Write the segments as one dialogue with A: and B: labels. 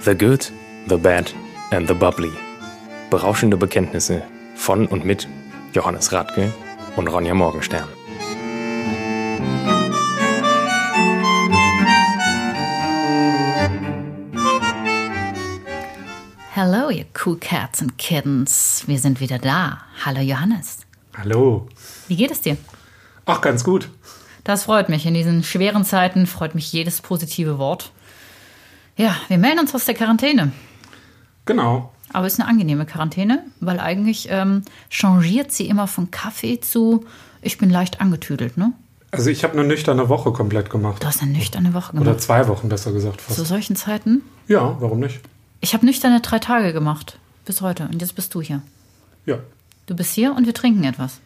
A: The Good, The Bad and The Bubbly. Berauschende Bekenntnisse von und mit Johannes Radke und Ronja Morgenstern.
B: Hello, ihr cool Cats and Kittens. Wir sind wieder da. Hallo, Johannes.
C: Hallo.
B: Wie geht es dir?
C: Ach, ganz gut.
B: Das freut mich. In diesen schweren Zeiten freut mich jedes positive Wort. Ja, wir melden uns aus der Quarantäne.
C: Genau.
B: Aber es ist eine angenehme Quarantäne, weil eigentlich ähm, changiert sie immer von Kaffee zu ich bin leicht angetüdelt, ne?
C: Also ich habe eine nüchterne Woche komplett gemacht.
B: Du hast eine nüchterne Woche
C: Oder
B: gemacht.
C: zwei Wochen besser gesagt fast.
B: Zu solchen Zeiten?
C: Ja, warum nicht?
B: Ich habe nüchterne drei Tage gemacht. Bis heute. Und jetzt bist du hier.
C: Ja.
B: Du bist hier und wir trinken etwas.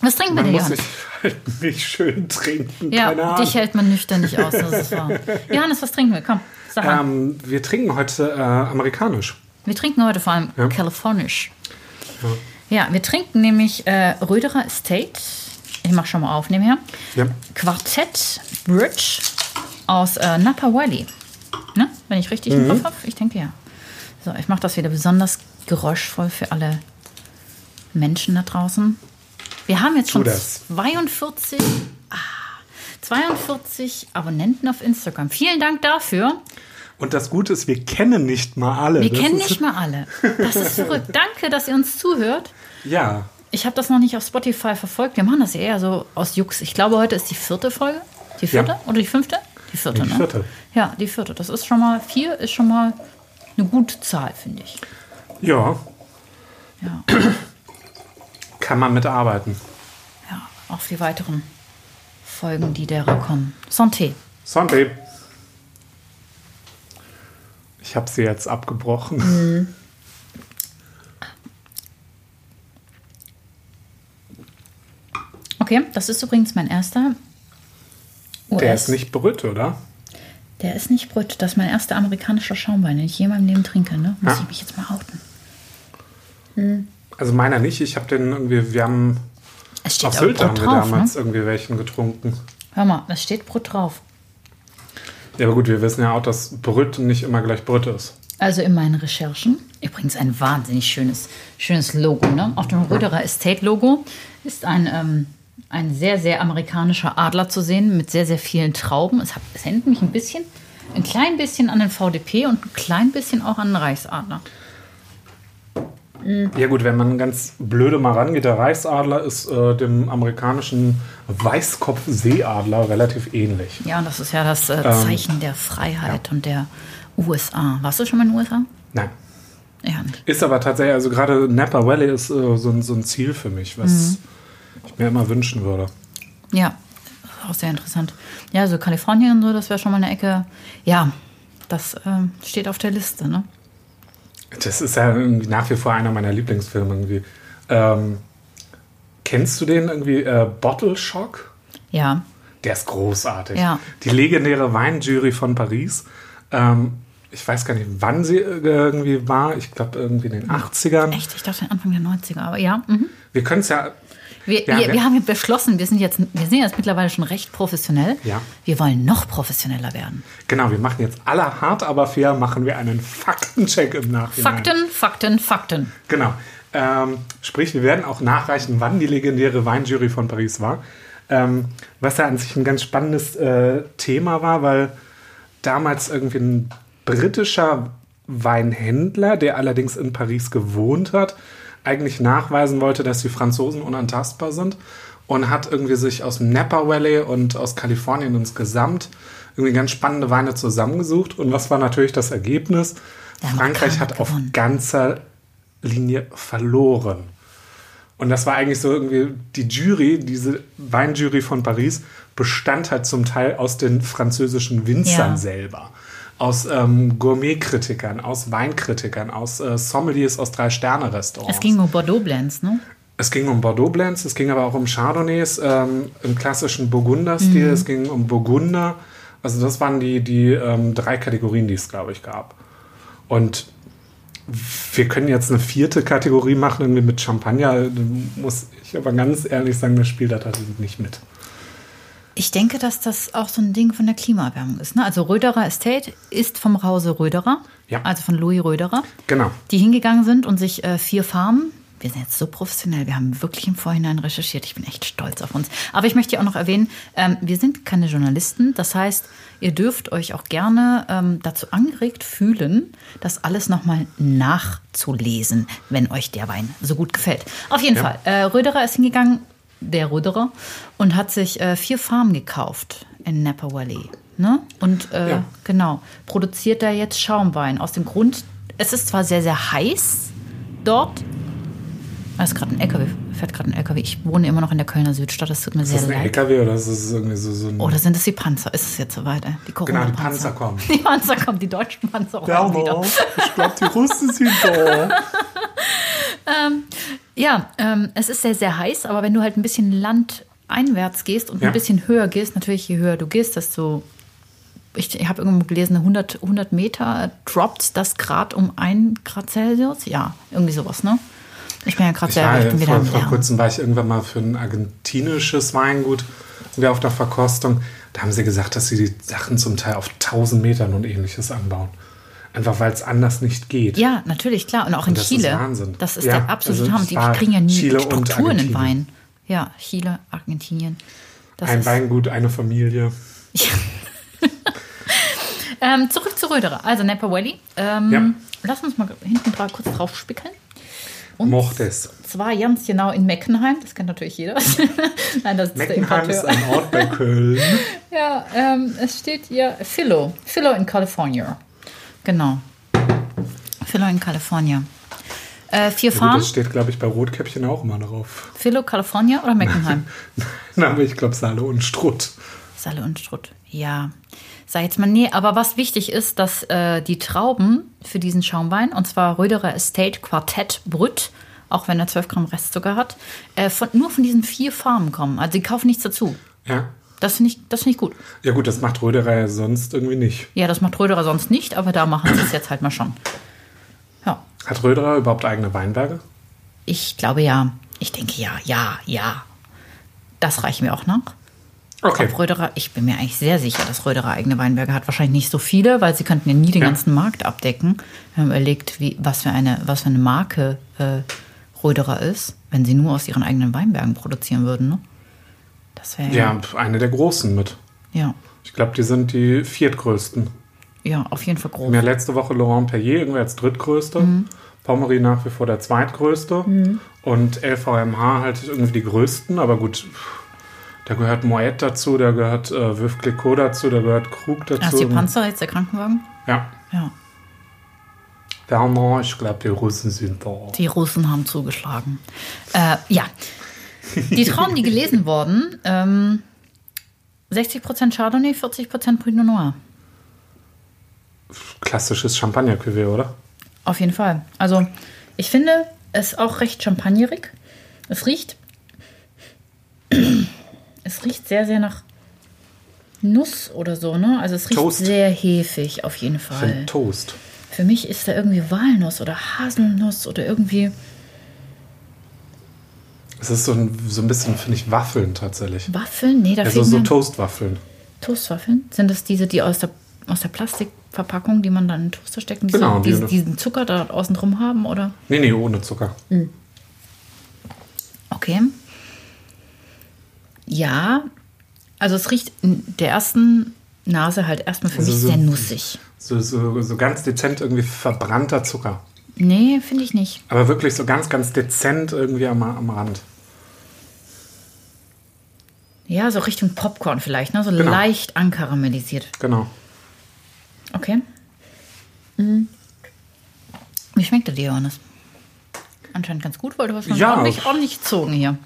B: Was trinken wir
C: Man
B: denn,
C: muss
B: Johannes?
C: sich halt nicht schön trinken. Keine
B: Ja,
C: Ahnung.
B: dich hält man nüchtern nicht aus. Das ist wahr. Johannes, was trinken wir? Komm, sag mal.
C: ähm, wir trinken heute äh, amerikanisch.
B: Wir trinken heute vor allem
C: Ja.
B: kalifornisch. Ja. wir trinken nämlich äh, Röderer Estate. Ich mach schon mal auf nebenher.
C: Ja.
B: Quartett Bridge aus äh, Napa Valley. Ne? Wenn ich richtig
C: Mhm.
B: im Kopf habe? Ich denke ja. So, ich mache das wieder besonders geräuschvoll für alle Menschen da draußen. Wir haben jetzt schon
C: das.
B: 42, ah, 42 Abonnenten auf Instagram. Vielen Dank dafür.
C: Und das Gute ist, wir kennen nicht mal alle.
B: Wir
C: Das
B: kennen
C: ist-
B: nicht mal alle. Das ist verrückt. Danke, dass ihr uns zuhört.
C: Ja.
B: Ich habe das noch nicht auf Spotify verfolgt. Wir machen das ja eher so aus Jux. Ich glaube, heute ist die vierte Folge. Die vierte
C: Ja.
B: oder die fünfte? Die vierte,
C: Die
B: ne?
C: vierte.
B: Ja, die vierte. Das ist schon mal, vier ist schon mal eine gute Zahl, finde ich.
C: Ja.
B: Ja.
C: Kann man mitarbeiten.
B: ja, auf die weiteren Folgen, die derer kommen. Santé.
C: Santé. Ich habe sie jetzt abgebrochen.
B: Mhm. Okay, das ist übrigens mein erster. US.
C: Der ist nicht berührt, oder?
B: Der ist nicht brütt. Das ist mein erster amerikanischer Schaumwein, den ich je in meinem Leben trinke. Ne? Muss
C: Ah.
B: ich mich jetzt mal outen.
C: Also meiner nicht. Ich habe den irgendwie, wir haben
B: Es steht
C: auf
B: aber
C: Sylt haben
B: Brot
C: wir
B: drauf. Ne?
C: damals irgendwie welchen getrunken.
B: Hör mal, es steht Brot drauf.
C: Ja, aber gut, wir wissen ja auch, dass Brüt nicht immer gleich Brüt ist.
B: Also in meinen Recherchen, übrigens ein wahnsinnig schönes, schönes Logo. Ne? Auf dem Röderer Estate-Logo ist ein, ähm, ein sehr, sehr amerikanischer Adler zu sehen mit sehr, sehr vielen Trauben. Es, hat, es erinnert mich ein bisschen, ein klein bisschen an den VDP und ein klein bisschen auch an den Reichsadler.
C: Ja gut, wenn man ganz blöde mal rangeht, der Reichsadler ist äh, dem amerikanischen Weißkopfseeadler relativ ähnlich.
B: Ja, und das ist ja das äh, Zeichen der Freiheit und der USA. Warst du schon mal in den USA?
C: Nein.
B: Ja, nicht.
C: Ist aber tatsächlich, also gerade Napa Valley ist äh, so, ein, so ein Ziel für mich,
B: Mhm.
C: was ich mir immer wünschen würde.
B: Ja, auch sehr interessant. Ja, so Kalifornien und so, das wäre schon mal eine Ecke. Ja, das ähm, steht auf der Liste, ne?
C: Das ist ja irgendwie nach wie vor einer meiner Lieblingsfilme irgendwie. Ähm, kennst du den irgendwie äh, Bottle Shock?
B: Ja.
C: Der ist großartig.
B: Ja.
C: Die legendäre Weinjury von Paris. Ähm, ich weiß gar nicht, wann sie äh, irgendwie war. Ich glaube, irgendwie in den 80ern.
B: Echt? Ich dachte Anfang der 90er, aber ja. Mhm.
C: Wir können es ja.
B: Wir,
C: Ja,
B: wir,
C: wir-
B: wir haben ja beschlossen, wir sind, jetzt, wir sind jetzt mittlerweile schon recht professionell.
C: Ja.
B: Wir wollen noch professioneller werden.
C: Genau, wir machen jetzt aller hart, aber fair, machen wir einen Faktencheck im Nachhinein.
B: Fakten, Fakten, Fakten.
C: Genau. Ähm, sprich, wir werden auch nachreichen, wann die legendäre Weinjury von Paris war. Ähm, was ja an sich ein ganz spannendes äh, Thema war, weil damals irgendwie ein britischer Weinhändler, der allerdings in Paris gewohnt hat, eigentlich nachweisen wollte, dass die Franzosen unantastbar sind und hat irgendwie sich aus dem Napa Valley und aus Kalifornien insgesamt irgendwie ganz spannende Weine zusammengesucht. Und was war natürlich das Ergebnis?
B: Der
C: Frankreich
B: Amerikaner
C: hat auf
B: gewonnen.
C: ganzer Linie verloren. Und das war eigentlich so irgendwie die Jury, diese Weinjury von Paris, bestand halt zum Teil aus den französischen Winzern
B: Ja.
C: selber, aus ähm, Gourmet-Kritikern, aus Weinkritikern, aus äh, Sommeliers, aus Drei-Sterne-Restaurants.
B: Es ging um Bordeaux-Blends, ne?
C: Es ging um Bordeaux-Blends, es ging aber auch um Chardonnays ähm, im klassischen Burgunder-Stil,
B: Mhm.
C: es ging um Burgunder. Also das waren die, die ähm, drei Kategorien, die es, glaube ich, gab. Und wir können jetzt eine vierte Kategorie machen, irgendwie mit Champagner. Da Muss ich aber ganz ehrlich sagen, das spielt da tatsächlich nicht mit.
B: Ich denke, dass das auch so ein Ding von der Klimaerwärmung ist. Ne? Also Röderer Estate ist vom Hause Röderer,
C: Ja.
B: also von Louis Röderer,
C: Genau.
B: die hingegangen sind und sich äh, vier Farmen. Wir sind jetzt so professionell, wir haben wirklich im Vorhinein recherchiert. Ich bin echt stolz auf uns. Aber ich möchte hier auch noch erwähnen, ähm, wir sind keine Journalisten. Das heißt, ihr dürft euch auch gerne ähm, dazu angeregt fühlen, das alles nochmal nachzulesen, wenn euch der Wein so gut gefällt. Auf jeden
C: Ja.
B: Fall, äh, Röderer ist hingegangen, der Röderer, und hat sich äh, vier Farmen gekauft in Napa Valley. Ne? Und äh,
C: Ja.
B: genau, produziert da jetzt Schaumwein. Aus dem Grund, es ist zwar sehr, sehr heiß dort. Da ist gerade ein LKW, fährt gerade ein LKW. Ich wohne immer noch in der Kölner Südstadt, das tut mir
C: Ist
B: sehr
C: das ein
B: leid.
C: LKW oder ist das irgendwie so, so ein.
B: Oder sind es die Panzer? Ist es jetzt soweit? Ey? Die
C: genau,
B: Corona
C: die Panzer kommen.
B: Die Panzer kommen, die deutschen Panzer rollen wieder.
C: ich glaube, die Russen sind da.
B: Ja, ähm, es ist sehr, sehr heiß, aber wenn du halt ein bisschen landeinwärts gehst und
C: Ja.
B: ein bisschen höher gehst, natürlich je höher du gehst, desto. Ich, ich habe irgendwo gelesen, 100, 100 Meter droppt das Grad um 1 Grad Celsius. Ja, irgendwie sowas, ne? Ich bin ja gerade
C: Ich
B: selber,
C: war,
B: ich bin wieder
C: vor,
B: am
C: vor
B: Lernen.
C: kurzem war ich irgendwann mal für ein argentinisches Weingut wieder auf der Verkostung. Da haben sie gesagt, dass sie die Sachen zum Teil auf 1000 Metern und ähnliches anbauen. Einfach weil es anders nicht geht.
B: Ja, natürlich, klar. Und auch in
C: das
B: Chile.
C: ist Wahnsinn.
B: Das ist
C: Ja,
B: der absolute
C: also
B: Hammer.
C: es
B: Die
C: war
B: kriegen ja nie
C: Chile und
B: Strukturen in
C: Argentinien.
B: Wein. Ja, Chile, Argentinien. Das
C: Ein
B: ist-
C: Weingut, eine Familie.
B: Ähm, zurück zu Röderer, also Napa Valley. Ähm,
C: Ja.
B: Lass uns mal hinten dran kurz drauf spickeln. Und
C: Mochte es.
B: zwar ganz genau in Meckenheim, das kennt natürlich jeder. Nein, das ist
C: Meckenheim
B: der
C: ist
B: Importeur.
C: ein Ort bei Köln.
B: Ja, ähm, es steht hier Philo, Philo in California. Genau. Philo in California. Äh, vier
C: Ja, gut,
B: Farmen,
C: das steht, glaube ich, bei Rotkäppchen auch immer drauf.
B: Philo, California oder Meckenheim?
C: Na, aber ich glaube, Saale und Strutt.
B: Salle und Strutt. Ja. Sei jetzt mal, nee, aber was wichtig ist, dass äh, die Trauben für diesen Schaumwein, und zwar Röderer Estate Quartett Brüt, auch wenn er 12 Gramm Restzucker hat, äh, von, nur von diesen vier Farmen kommen. Also die kaufen nichts dazu.
C: Ja.
B: Das finde ich, das find ich gut.
C: Ja gut, das macht Röderer ja sonst irgendwie nicht.
B: Ja, das macht Röderer sonst nicht, aber da machen sie es jetzt halt mal schon. Ja,
C: Hat Röderer überhaupt eigene Weinberge?
B: ich glaube ja. Ich denke ja, ja, ja. Das reichen wir auch nach.
C: Okay.
B: Ob Röderer, ich bin mir eigentlich sehr sicher, dass Röderer eigene Weinberge hat. Wahrscheinlich nicht so viele, weil sie könnten ja nie den
C: Ja.
B: ganzen Markt abdecken. Wir haben überlegt, wie, was, für eine, was für eine Marke äh, Röderer ist, wenn sie nur aus ihren eigenen Weinbergen produzieren würden. Ne? Das wäre
C: Ja, pf, eine der großen mit.
B: ja.
C: Ich glaube, die sind die viertgrößten.
B: Ja, Mhm. auf jeden Fall groß.
C: Mir hat letzte Woche Laurent Perrier irgendwie als drittgrößte, Pommery nach wie vor der zweitgrößte
B: Mhm.
C: und LVMH halt irgendwie die größten, aber gut, pf, da gehört Moet dazu, da gehört äh, Veuve Clicquot dazu, da gehört Krug dazu.
B: Erst die Panzer, jetzt der Krankenwagen.
C: Ja.
B: Ja.
C: Vernon, ich glaube, die Russen sind da.
B: Die Russen haben zugeschlagen. Äh, ja. Die Trauben, die gelesen wurden, ähm, 60% Chardonnay, 40% Pinot Noir.
C: Klassisches Champagner-Cuvée, oder?
B: Auf jeden Fall. Also, ich finde es auch recht champagnerig. Es riecht. Es riecht sehr, sehr nach Nuss oder so, ne? Also, es riecht
C: Toast.
B: sehr hefig, auf jeden
C: Für einen
B: Fall.
C: Toast.
B: Für mich ist da irgendwie Walnuss oder Haselnuss oder irgendwie.
C: Es ist so ein, so ein bisschen, finde ich, Waffeln tatsächlich.
B: Waffeln? Nee, da
C: Also
B: fehlt
C: so
B: mir
C: Toastwaffeln.
B: Toastwaffeln. Sind das diese, die aus der, aus der Plastikverpackung, die man dann in den Toaster steckt und die
C: Genau,
B: so,
C: die-
B: diesen, diesen Zucker da außen drum haben, oder?
C: Nee, nee, ohne Zucker.
B: Okay. Ja, also es riecht in der ersten Nase halt erstmal für
C: Also
B: mich
C: so-
B: sehr nussig.
C: So, so, so ganz dezent irgendwie verbrannter Zucker.
B: Nee, finde ich nicht.
C: Aber wirklich so ganz, ganz dezent irgendwie am, am Rand.
B: Ja, so Richtung Popcorn vielleicht, ne? So
C: Genau.
B: leicht ankaramellisiert.
C: Genau.
B: Okay. Mhm. Wie schmeckt der dir, Johannes? Anscheinend ganz gut, weil du hast schon
C: Ja.
B: ordentlich, ordentlich gezogen hier.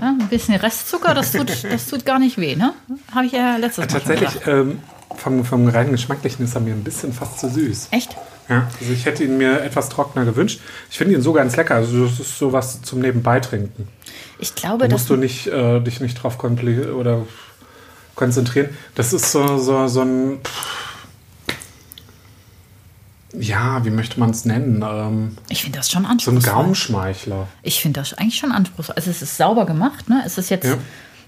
B: Ja, ein bisschen Restzucker, das tut, das tut gar nicht weh, ne? Habe ich ja letztes Mal schon
C: Tatsächlich,
B: gesagt.
C: ähm, vom, vom reinen Geschmacklichen ist er mir ein bisschen fast zu süß.
B: Echt?
C: Ja, also ich hätte ihn mir etwas trockener gewünscht. Ich finde ihn so ganz lecker. Also das ist sowas zum Nebenbei trinken.
B: Ich glaube,
C: Da
B: dass
C: musst du nicht, äh, dich nicht drauf kompli- oder konzentrieren. Das ist so, so, so ein. Ja, wie möchte man es nennen? Ähm,
B: ich finde das schon
C: so ein
B: anspruchsvoll.
C: Gaumenschmeichler.
B: Ich finde das eigentlich schon anspruchsvoll. Also es ist sauber gemacht, ne? Es ist jetzt
C: Ja.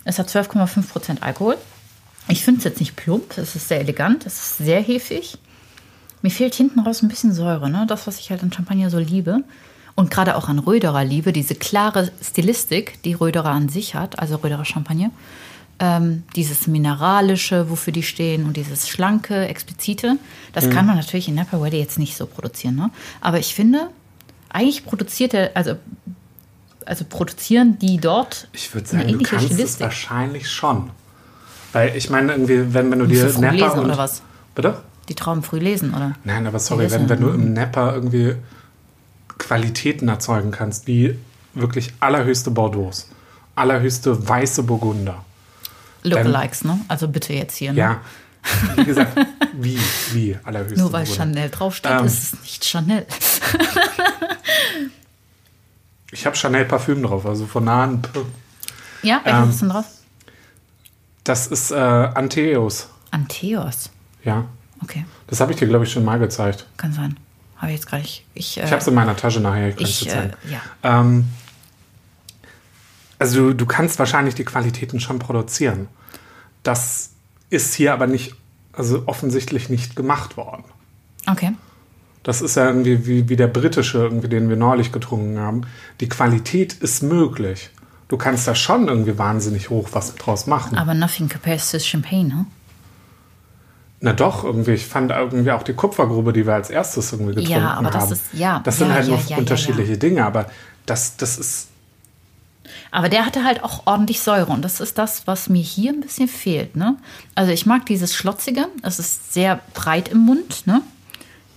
B: Es hat 12,5% Alkohol. Ich finde es jetzt nicht plump, es ist sehr elegant, es ist sehr hefig. Mir fehlt hinten raus ein bisschen Säure, ne? das, was ich halt an Champagner so liebe. Und gerade auch an Röderer liebe, diese klare Stilistik, die Röderer an sich hat, also Röderer Champagner. Ähm, dieses Mineralische, wofür die stehen und dieses Schlanke, Explizite, das
C: Mhm.
B: kann man natürlich in Napa Valley jetzt nicht so produzieren. Ne? Aber ich finde, eigentlich produziert er, also, also produzieren die dort
C: Ich würde
B: eine
C: sagen, du
B: ähnliche
C: kannst es
B: Stilistik.
C: wahrscheinlich schon. Weil ich meine, irgendwie, wenn, wenn du dir
B: Musst du früh lesen oder was?
C: Bitte?
B: die Trauben früh lesen, oder?
C: Nein, aber sorry,
B: Wir wissen-
C: wenn, wenn du im Napper irgendwie Qualitäten erzeugen kannst, wie wirklich allerhöchste Bordeaux, allerhöchste weiße Burgunder.
B: Lookalikes, ne? Also bitte jetzt hier. Ne?
C: Ja, wie gesagt, wie, wie allerhöchste
B: Nur weil
C: Burgunder.
B: Chanel draufsteht,
C: Ähm.
B: ist es nicht Chanel.
C: Ich habe Chanel Parfüm drauf, also von nahen. pff.
B: Ja, welches
C: Ähm.
B: ist denn drauf?
C: Das ist äh, Anteos.
B: Anteos.
C: Ja,
B: Okay,
C: das habe ich dir, glaube ich, schon mal gezeigt.
B: kann sein. Habe ich jetzt gar nicht. Ich, äh,
C: Ich habe es in meiner Tasche nachher, ich kann es
B: ich,
C: dir
B: äh,
C: zeigen.
B: ja.
C: Ähm, also du, du kannst wahrscheinlich die Qualitäten schon produzieren. Das ist hier aber nicht, also offensichtlich nicht gemacht worden.
B: Okay.
C: Das ist ja irgendwie wie, wie der britische, irgendwie, den wir neulich getrunken haben. Die Qualität ist möglich. Du kannst da schon irgendwie wahnsinnig hoch was draus machen.
B: Aber nothing compares to Champagne, ne?
C: Na doch, irgendwie. Ich fand irgendwie auch die Kupfergrube, die wir als erstes irgendwie getrunken haben.
B: Ja, aber das ist- ja,
C: Das sind
B: ja,
C: halt
B: ja,
C: nur
B: ja, ja,
C: unterschiedliche Dinge, aber das, das ist
B: Aber der hatte halt auch ordentlich Säure und das ist das, was mir hier ein bisschen fehlt. Ne? Also ich mag dieses Schlotzige, es ist sehr breit im Mund, ne?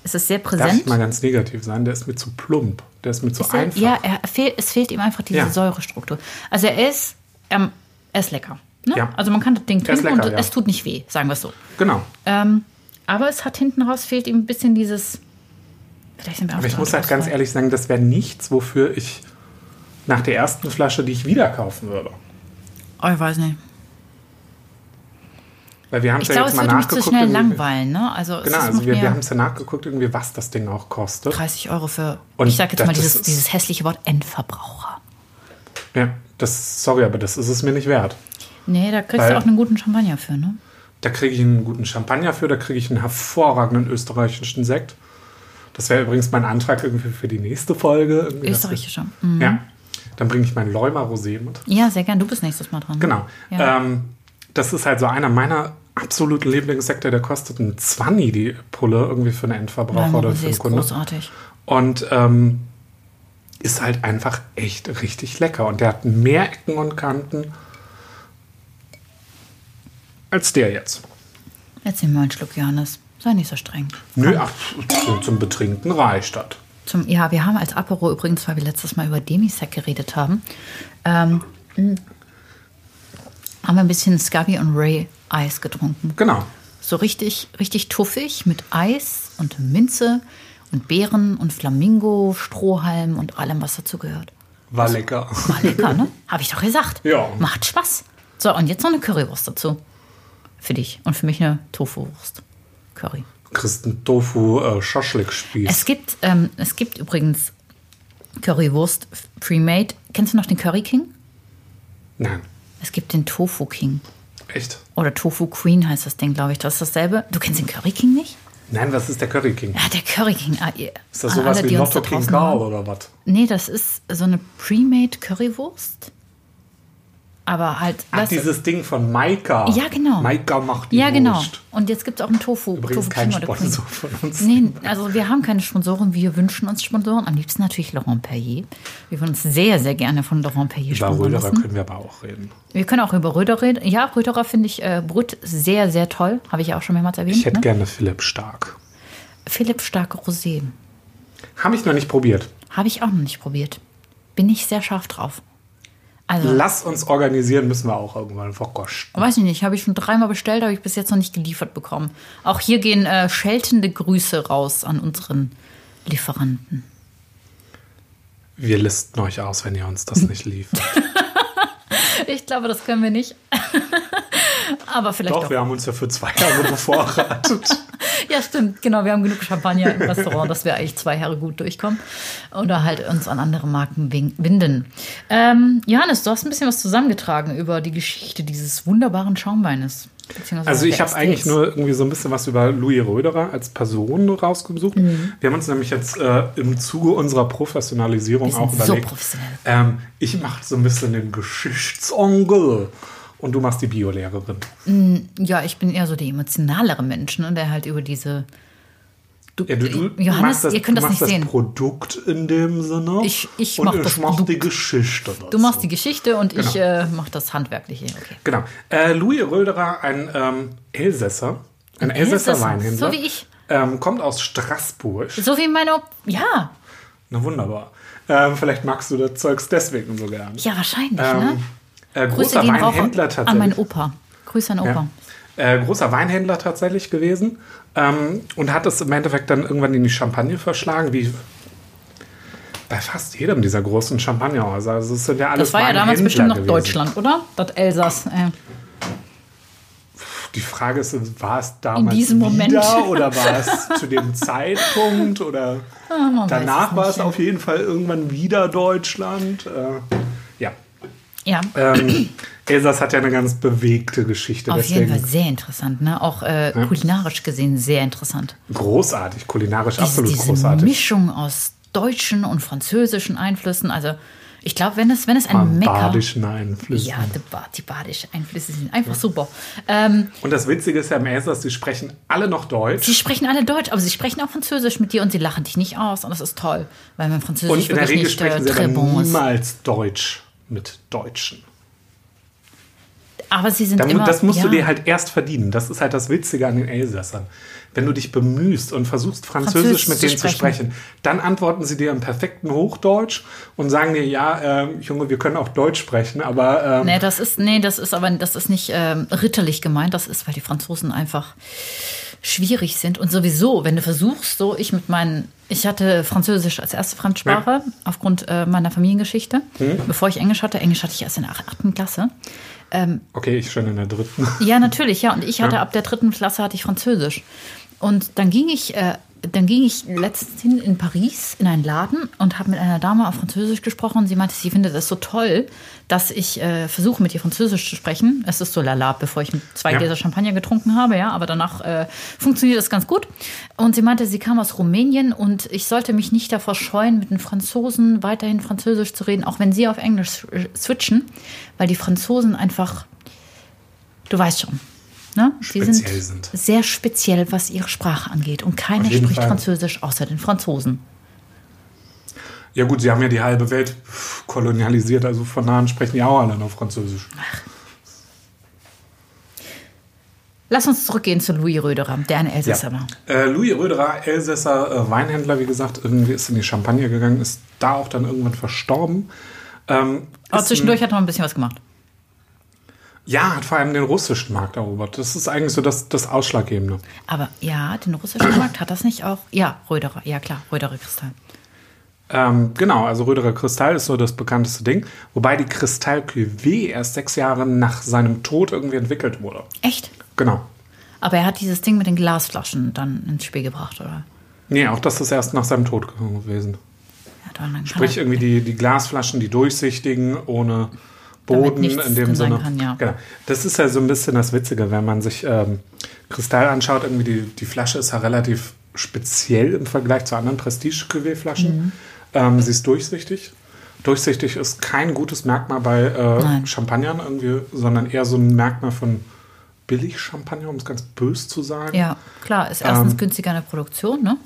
B: es ist sehr
C: Darf
B: präsent.
C: ich mal ganz negativ sein? Der ist mir zu plump. Der ist mir zu
B: Ist er-
C: einfach.
B: Ja, er fehl, es fehlt ihm einfach diese
C: Ja.
B: Säurestruktur. Also er ist, ähm, er ist lecker. Ne?
C: Ja.
B: Also man kann das Ding
C: Er ist
B: trinken
C: lecker,
B: und
C: ja.
B: es tut nicht weh, sagen wir es so.
C: Genau.
B: Ähm, aber es hat hinten raus, fehlt ihm ein bisschen dieses... Vielleicht sind wir
C: Aber ich muss halt ganz ehrlich sagen, das wäre nichts, wofür ich nach der ersten Flasche, die ich wieder kaufen würde.
B: Oh, ich weiß nicht.
C: Weil wir haben
B: Ich
C: ja
B: glaube,
C: jetzt
B: es
C: mal
B: würde mich zu
C: nachgeguckt.
B: schnell
C: irgendwie-
B: langweilen. Ne? Also es
C: Genau,
B: ist-
C: also
B: macht
C: wir,
B: mir-
C: wir haben es ja nachgeguckt, irgendwie, was das Ding auch kostet.
B: 30 Euro für,
C: Und
B: ich sage jetzt mal
C: das
B: dieses,
C: ist-
B: dieses hässliche Wort Endverbraucher.
C: Ja, das, sorry, aber das ist es mir nicht wert.
B: Nee, da kriegst
C: Weil-
B: du auch einen guten Champagner für, ne?
C: Da kriege ich einen guten Champagner für, da kriege ich einen hervorragenden österreichischen Sekt. Das wäre übrigens mein Antrag irgendwie für die nächste Folge. Irgendwie, dass wir-
B: Österreichischer. Mhm.
C: Ja. Dann bringe ich mein Leuma Rosé mit.
B: Ja, sehr gern. Du bist nächstes Mal dran. ne?
C: Genau.
B: Ja.
C: Ähm, das ist halt so einer meiner absoluten Lieblingssekte, der kostet einen 20 die Pulle irgendwie für einen Endverbraucher
B: Weil
C: oder
B: Rosé
C: für einen
B: ist
C: Kunde.
B: großartig.
C: Und ähm, ist halt einfach echt richtig lecker. Und der hat mehr Ecken und Kanten als der jetzt.
B: Jetzt nehmen wir einen Schluck, Johannes. Sei nicht so streng.
C: Nö, ach, zum- zum Betrinken reicht das.
B: Zum, ja, wir haben als Apero übrigens, weil wir letztes Mal über Demisec geredet haben, ähm, mh, haben wir ein bisschen Scabi und Ray Eis getrunken.
C: Genau.
B: So richtig, richtig tuffig mit Eis und Minze und Beeren und Flamingo, Strohhalm und allem, was dazugehört.
C: War lecker.
B: War lecker, ne? Habe ich doch gesagt.
C: Ja.
B: Macht Spaß. So, und jetzt noch eine Currywurst dazu. Für dich und für mich eine Tofu-Wurst. Curry.
C: Christen Tofu äh, Schaschlik-Spieß.
B: Es gibt, ähm, es gibt übrigens Currywurst pre-made. Kennst du noch den Curry King?
C: Nein,
B: Es gibt den Tofu King.
C: echt.
B: Oder Tofu Queen heißt das Ding, glaube ich. Das ist dasselbe. Du kennst den Curry King nicht?
C: Nein, was ist der Curry King?
B: Ja, der Curry King. Ah, ihr-
C: Ist das
B: an
C: sowas
B: alle,
C: wie
B: die uns
C: Lotto
B: da
C: King
B: draußen
C: Karl
B: hören.
C: oder was?
B: Nee, das ist so eine pre-made Currywurst. Aber halt.
C: Ach,
B: das-
C: dieses Ding von Maika.
B: Ja, genau.
C: Maika macht die
B: Ja, genau.
C: Wurst.
B: Und jetzt gibt es auch einen Tofu.
C: Übrigens
B: Tofu
C: kein
B: King oder
C: Sponsor
B: Queen.
C: von uns.
B: Nee, also wir haben keine Sponsoren, wir wünschen uns Sponsoren. Am liebsten natürlich Laurent Perrier. Wir würden uns sehr, sehr gerne von Laurent Perrier
C: Über
B: sponsoren
C: Röderer
B: lassen.
C: können wir aber auch reden.
B: Wir können auch über Röder reden. Ja, Röderer finde ich äh, Brut sehr, sehr toll. Habe ich ja auch schon mehrmals erwähnt.
C: Ich hätte
B: ne?
C: gerne Philipp Stark.
B: Philipp Starke Rosé.
C: Habe ich noch nicht probiert.
B: Habe ich auch noch nicht probiert. Bin ich sehr scharf drauf. Also,
C: Lass uns organisieren, müssen wir auch irgendwann. Oh Vergosch.
B: weiß ich nicht, habe ich schon dreimal bestellt, habe ich bis jetzt noch nicht geliefert bekommen. Auch hier gehen äh, scheltende Grüße raus an unseren Lieferanten.
C: Wir listen euch aus, wenn ihr uns das nicht liefert.
B: Ich glaube, das können wir nicht. Aber vielleicht
C: Doch,
B: doch.
C: wir haben uns ja für zwei Jahre bevorratet.
B: Ja, stimmt. Genau, wir haben genug Champagner im Restaurant, dass wir eigentlich zwei Jahre gut durchkommen. Oder halt uns an andere Marken win- binden. Ähm, Johannes, du hast ein bisschen was zusammengetragen über die Geschichte dieses wunderbaren Schaumweines. beziehungsweise
C: Also ich
B: der
C: habe eigentlich
B: Estates.
C: nur irgendwie so ein bisschen was über Louis Röderer als Person rausgesucht.
B: Mhm.
C: Wir haben uns nämlich jetzt äh, im Zuge unserer Professionalisierung
B: Wir sind
C: auch
B: so
C: überlegt.
B: professionell.
C: ähm, ich mache so ein bisschen den Geschichtsonkel und du machst die Biolehrerin.
B: Ja, ich bin eher so der emotionalere Mensch, ne, der halt über diese. Du, äh,
C: Ja, du, du
B: Johannes,
C: machst das,
B: ihr könnt
C: du
B: das
C: machst
B: nicht sehen.
C: das Produkt in dem Sinne.
B: Ich- ich
C: und
B: mach
C: ich
B: das
C: mach die
B: Produkt.
C: Geschichte.
B: Du machst die Geschichte und ich
C: Genau.
B: äh, mach das Handwerkliche. Okay.
C: Genau. Äh, Louis Röderer, ein ähm, Elsässer, ein, Elsässer
B: Elsässer, so
C: Weinhändler.
B: wie ich.
C: Ähm, kommt aus Straßburg.
B: So wie meine. Op- Ja,
C: Na wunderbar. Ähm, vielleicht magst du das Zeugs deswegen so gern.
B: ja, wahrscheinlich,
C: ähm,
B: ne?
C: äh,
B: Grüße
C: großer
B: gehen rauf
C: Weinhändler
B: an meinen
C: tatsächlich.
B: Opa. Grüße an Opa.
C: ja. äh, großer Weinhändler tatsächlich gewesen ähm, und hat es im Endeffekt dann irgendwann in die Champagne verschlagen, wie bei fast jedem dieser großen Champagnerhäuser. Also es sind ja alles
B: Das war ja damals
C: Weinhändler
B: bestimmt noch
C: gewesen.
B: Deutschland, oder? Das Elsass. Äh.
C: Die Frage ist, war es damals
B: In diesem Moment.
C: wieder oder war es zu dem Zeitpunkt oder
B: Ah, man weiß
C: danach
B: es
C: war
B: nicht,
C: es
B: ja.
C: auf jeden Fall irgendwann wieder Deutschland. Äh, ja.
B: Ja.
C: Ähm, Elsass hat ja eine ganz bewegte Geschichte,
B: Auf jeden Fall
C: deswegen
B: sehr interessant, ne? Auch äh, kulinarisch gesehen sehr interessant.
C: großartig, kulinarisch
B: Diese,
C: absolut
B: diese
C: großartig.
B: Mischung aus deutschen und französischen Einflüssen. Also, ich glaube, wenn es, wenn es ein Mecker.
C: Badischen Einflüssen.
B: Ja, die, ba die badischen Einflüsse sind einfach super. Ähm,
C: Und das Witzige ist ja im Elsass, sie sprechen alle noch Deutsch.
B: sie sprechen alle Deutsch, aber sie sprechen auch Französisch mit dir und sie lachen dich nicht aus. Und das ist toll, weil mein Französisch
C: Und in der
B: wirklich
C: Regel
B: nicht äh,
C: sprechen sie aber
B: très bon ist.
C: niemals Deutsch mit Deutschen.
B: Aber sie sind
C: Da, mu-
B: immer.
C: das musst
B: ja.
C: du dir halt erst verdienen. Das ist halt das Witzige an den Elsässern. Wenn du dich bemühst und versuchst, Französisch,
B: Französisch
C: mit
B: zu
C: denen zu
B: sprechen.
C: sprechen, dann antworten sie dir im perfekten Hochdeutsch und sagen dir, ja, ähm, Junge, wir können auch Deutsch sprechen, aber ähm,
B: Nee, das ist, nee, das ist aber das ist nicht ähm, ritterlich gemeint. Das ist, weil die Franzosen einfach schwierig sind. Und sowieso, wenn du versuchst, so ich mit meinen, ich hatte Französisch als erste Fremdsprache aufgrund äh, meiner Familiengeschichte. Bevor ich Englisch hatte, Englisch hatte ich erst in der ach- achten Klasse. Ähm,
C: okay, ich schon in der dritten.
B: Ja, natürlich, ja. Und ich hatte
C: Ja.
B: ab der dritten Klasse hatte ich Französisch. Und dann ging ich, äh, dann ging ich letztens hin in Paris in einen Laden und habe mit einer Dame auf Französisch gesprochen. Und sie meinte, sie findet es so toll, dass ich äh, versuche, mit ihr Französisch zu sprechen. Es ist so lala, bevor ich zwei
C: Ja.
B: Gläser Champagner getrunken habe, ja. Aber danach äh, funktioniert das ganz gut. Und sie meinte, sie kam aus Rumänien und ich sollte mich nicht davor scheuen, mit den Franzosen weiterhin Französisch zu reden, auch wenn sie auf Englisch äh, switchen, weil die Franzosen einfach Du weißt schon. Ne? Sie
C: Speziell sind.
B: sehr speziell, was ihre Sprache angeht. Und keiner
C: Auf jeden
B: spricht
C: Fall.
B: Französisch außer den Franzosen.
C: Ja gut, sie haben ja die halbe Welt pff, kolonialisiert, also von daher sprechen die auch alle noch Französisch.
B: Lass uns zurückgehen zu Louis Röderer, der ein Elsässer war.
C: Äh, Louis Röderer, Elsässer äh, Weinhändler, wie gesagt, irgendwie ist in die Champagne gegangen, ist da auch dann irgendwann verstorben. Ähm,
B: Aber
C: ist
B: Oh, zwischendurch hat er noch ein bisschen was gemacht.
C: ein, ja, hat vor allem den russischen Markt erobert. Das ist eigentlich so das, das Ausschlaggebende.
B: Aber ja, den russischen Markt hat das nicht auch. Ja, Röderer. Ja, klar, Röderer Kristall.
C: Ähm, genau, also Röderer Kristall ist so das bekannteste Ding, wobei die Kristall Cuvée erst sechs Jahre nach seinem Tod irgendwie entwickelt wurde.
B: Echt?
C: Genau.
B: Aber er hat dieses Ding mit den Glasflaschen dann ins Spiel gebracht, oder?
C: Nee, auch das ist erst nach seinem Tod gewesen.
B: Ja, dann kann
C: Sprich,
B: er-
C: irgendwie die, die Glasflaschen, die durchsichtigen, ohne Boden
B: nichts
C: in dem
B: drin sein
C: Sinne.
B: kann, ja.
C: genau. Das ist ja so ein bisschen das Witzige, wenn man sich ähm, Kristall anschaut, irgendwie die, die Flasche ist ja relativ speziell im Vergleich zu anderen Prestige-Cuvée-Flaschen.
B: Mhm.
C: Ähm, sie ist durchsichtig. Durchsichtig ist kein gutes Merkmal bei äh,
B: Nein.
C: Champagnern irgendwie, sondern eher so ein Merkmal von Billig-Champagner, um es ganz bös zu sagen.
B: Ja, klar, ist erstens
C: Ähm,
B: günstiger in der Produktion, ne?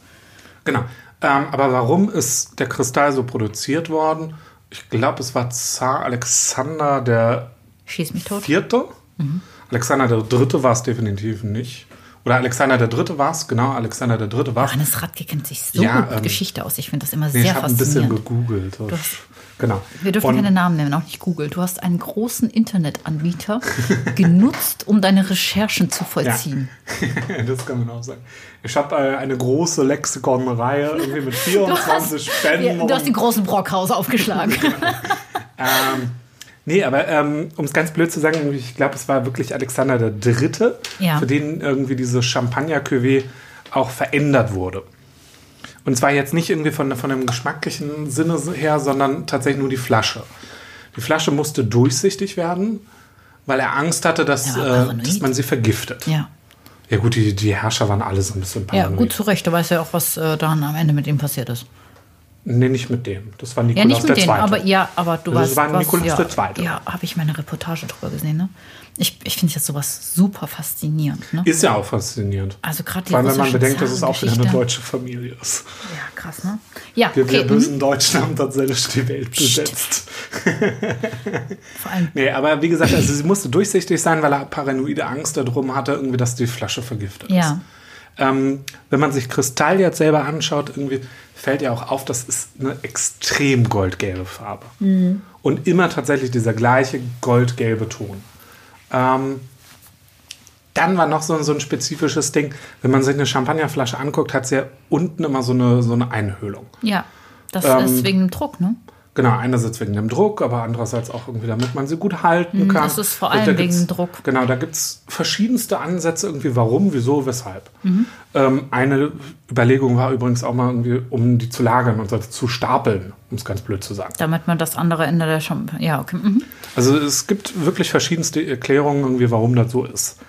C: Genau. Ähm, aber warum ist der Kristall so produziert worden? Ich glaube, es war Zar Alexander der
B: Schieß mich tot.
C: Vierte.
B: Mhm.
C: Alexander der Dritte war es definitiv nicht. Oder Alexander der Dritte war es, genau, Alexander der Dritte war es.
B: Johannes Radke kennt sich so
C: Ja,
B: gut mit
C: ähm,
B: Geschichte aus. Ich finde das immer
C: Nee, ich
B: sehr
C: habe ein bisschen
B: faszinierend.
C: gegoogelt.
B: hast-
C: Genau.
B: Wir dürfen
C: Und-
B: keine Namen nennen, auch nicht Google. Du hast einen großen Internetanbieter genutzt, um deine Recherchen zu vollziehen.
C: das kann man auch sagen. Ich habe äh, eine große Lexikon-Reihe irgendwie mit 24 Spenden.
B: Ja, du hast
C: und-
B: den großen Brockhaus aufgeschlagen.
C: Ähm, nee, aber ähm, um es ganz blöd zu sagen, ich glaube, es war wirklich Alexander der Dritte,
B: Ja.
C: für den irgendwie diese champagner cuvée auch verändert wurde. Und zwar jetzt nicht irgendwie von, von dem geschmacklichen Sinne her, sondern tatsächlich nur die Flasche. Die Flasche musste durchsichtig werden, weil er Angst hatte, dass,
B: Er war
C: äh,
B: paranoid.
C: dass man sie vergiftet.
B: Ja.
C: Ja gut, die, die Herrscher waren alle so ein bisschen
B: Ja,
C: paranoid.
B: gut zu Recht. Du weißt ja auch, was äh, dann am Ende mit ihm passiert ist.
C: Nee, nicht mit dem. Das war Nikolaus
B: Ja, nicht mit
C: der
B: denen,
C: Zweite.
B: aber ja, aber du
C: Das
B: warst.
C: war
B: warst-
C: Nikolaus
B: ja,
C: der Zweite.
B: Ja, habe ich meine Reportage drüber gesehen, ne? Ich, ich finde jetzt sowas super faszinierend, ne?
C: Ist ja auch faszinierend.
B: Also gerade die
C: Vor allem, wenn man
B: russischen
C: bedenkt, dass es auch wieder eine
B: Zarengeschichte.
C: deutsche Familie ist.
B: Ja, krass, ne? Ja,
C: Wir,
B: okay.
C: wir
B: mhm.
C: bösen Deutschen haben tatsächlich die Welt
B: Psst.
C: besetzt.
B: Vor allem,
C: Nee, aber wie gesagt, also sie musste durchsichtig sein, weil er paranoide Angst darum hatte, irgendwie, dass die Flasche vergiftet ist.
B: ja.
C: Ähm, wenn man sich Kristall jetzt selber anschaut, irgendwie fällt ja auch auf, das ist eine extrem goldgelbe Farbe.
B: Mhm.
C: Und immer tatsächlich dieser gleiche goldgelbe Ton. Ähm, dann war noch so, so ein spezifisches Ding, wenn man sich eine Champagnerflasche anguckt, hat sie ja unten immer so eine, so eine Einhöhlung.
B: Ja, das
C: Ähm,
B: ist wegen dem Druck, ne?
C: Genau, einerseits wegen dem Druck, aber andererseits auch irgendwie, damit man sie gut halten kann.
B: Hm, das ist vor
C: Da
B: allem
C: gibt's-
B: wegen Druck.
C: Genau, da gibt es verschiedenste Ansätze irgendwie, warum, wieso, weshalb.
B: Mhm.
C: Ähm, eine Überlegung war übrigens auch mal irgendwie, um die zu lagern und so zu stapeln, um es ganz blöd zu sagen.
B: Damit man das andere Ende der Champagne. Ja, okay. Mhm.
C: Also es gibt wirklich verschiedenste Erklärungen irgendwie, warum das so ist.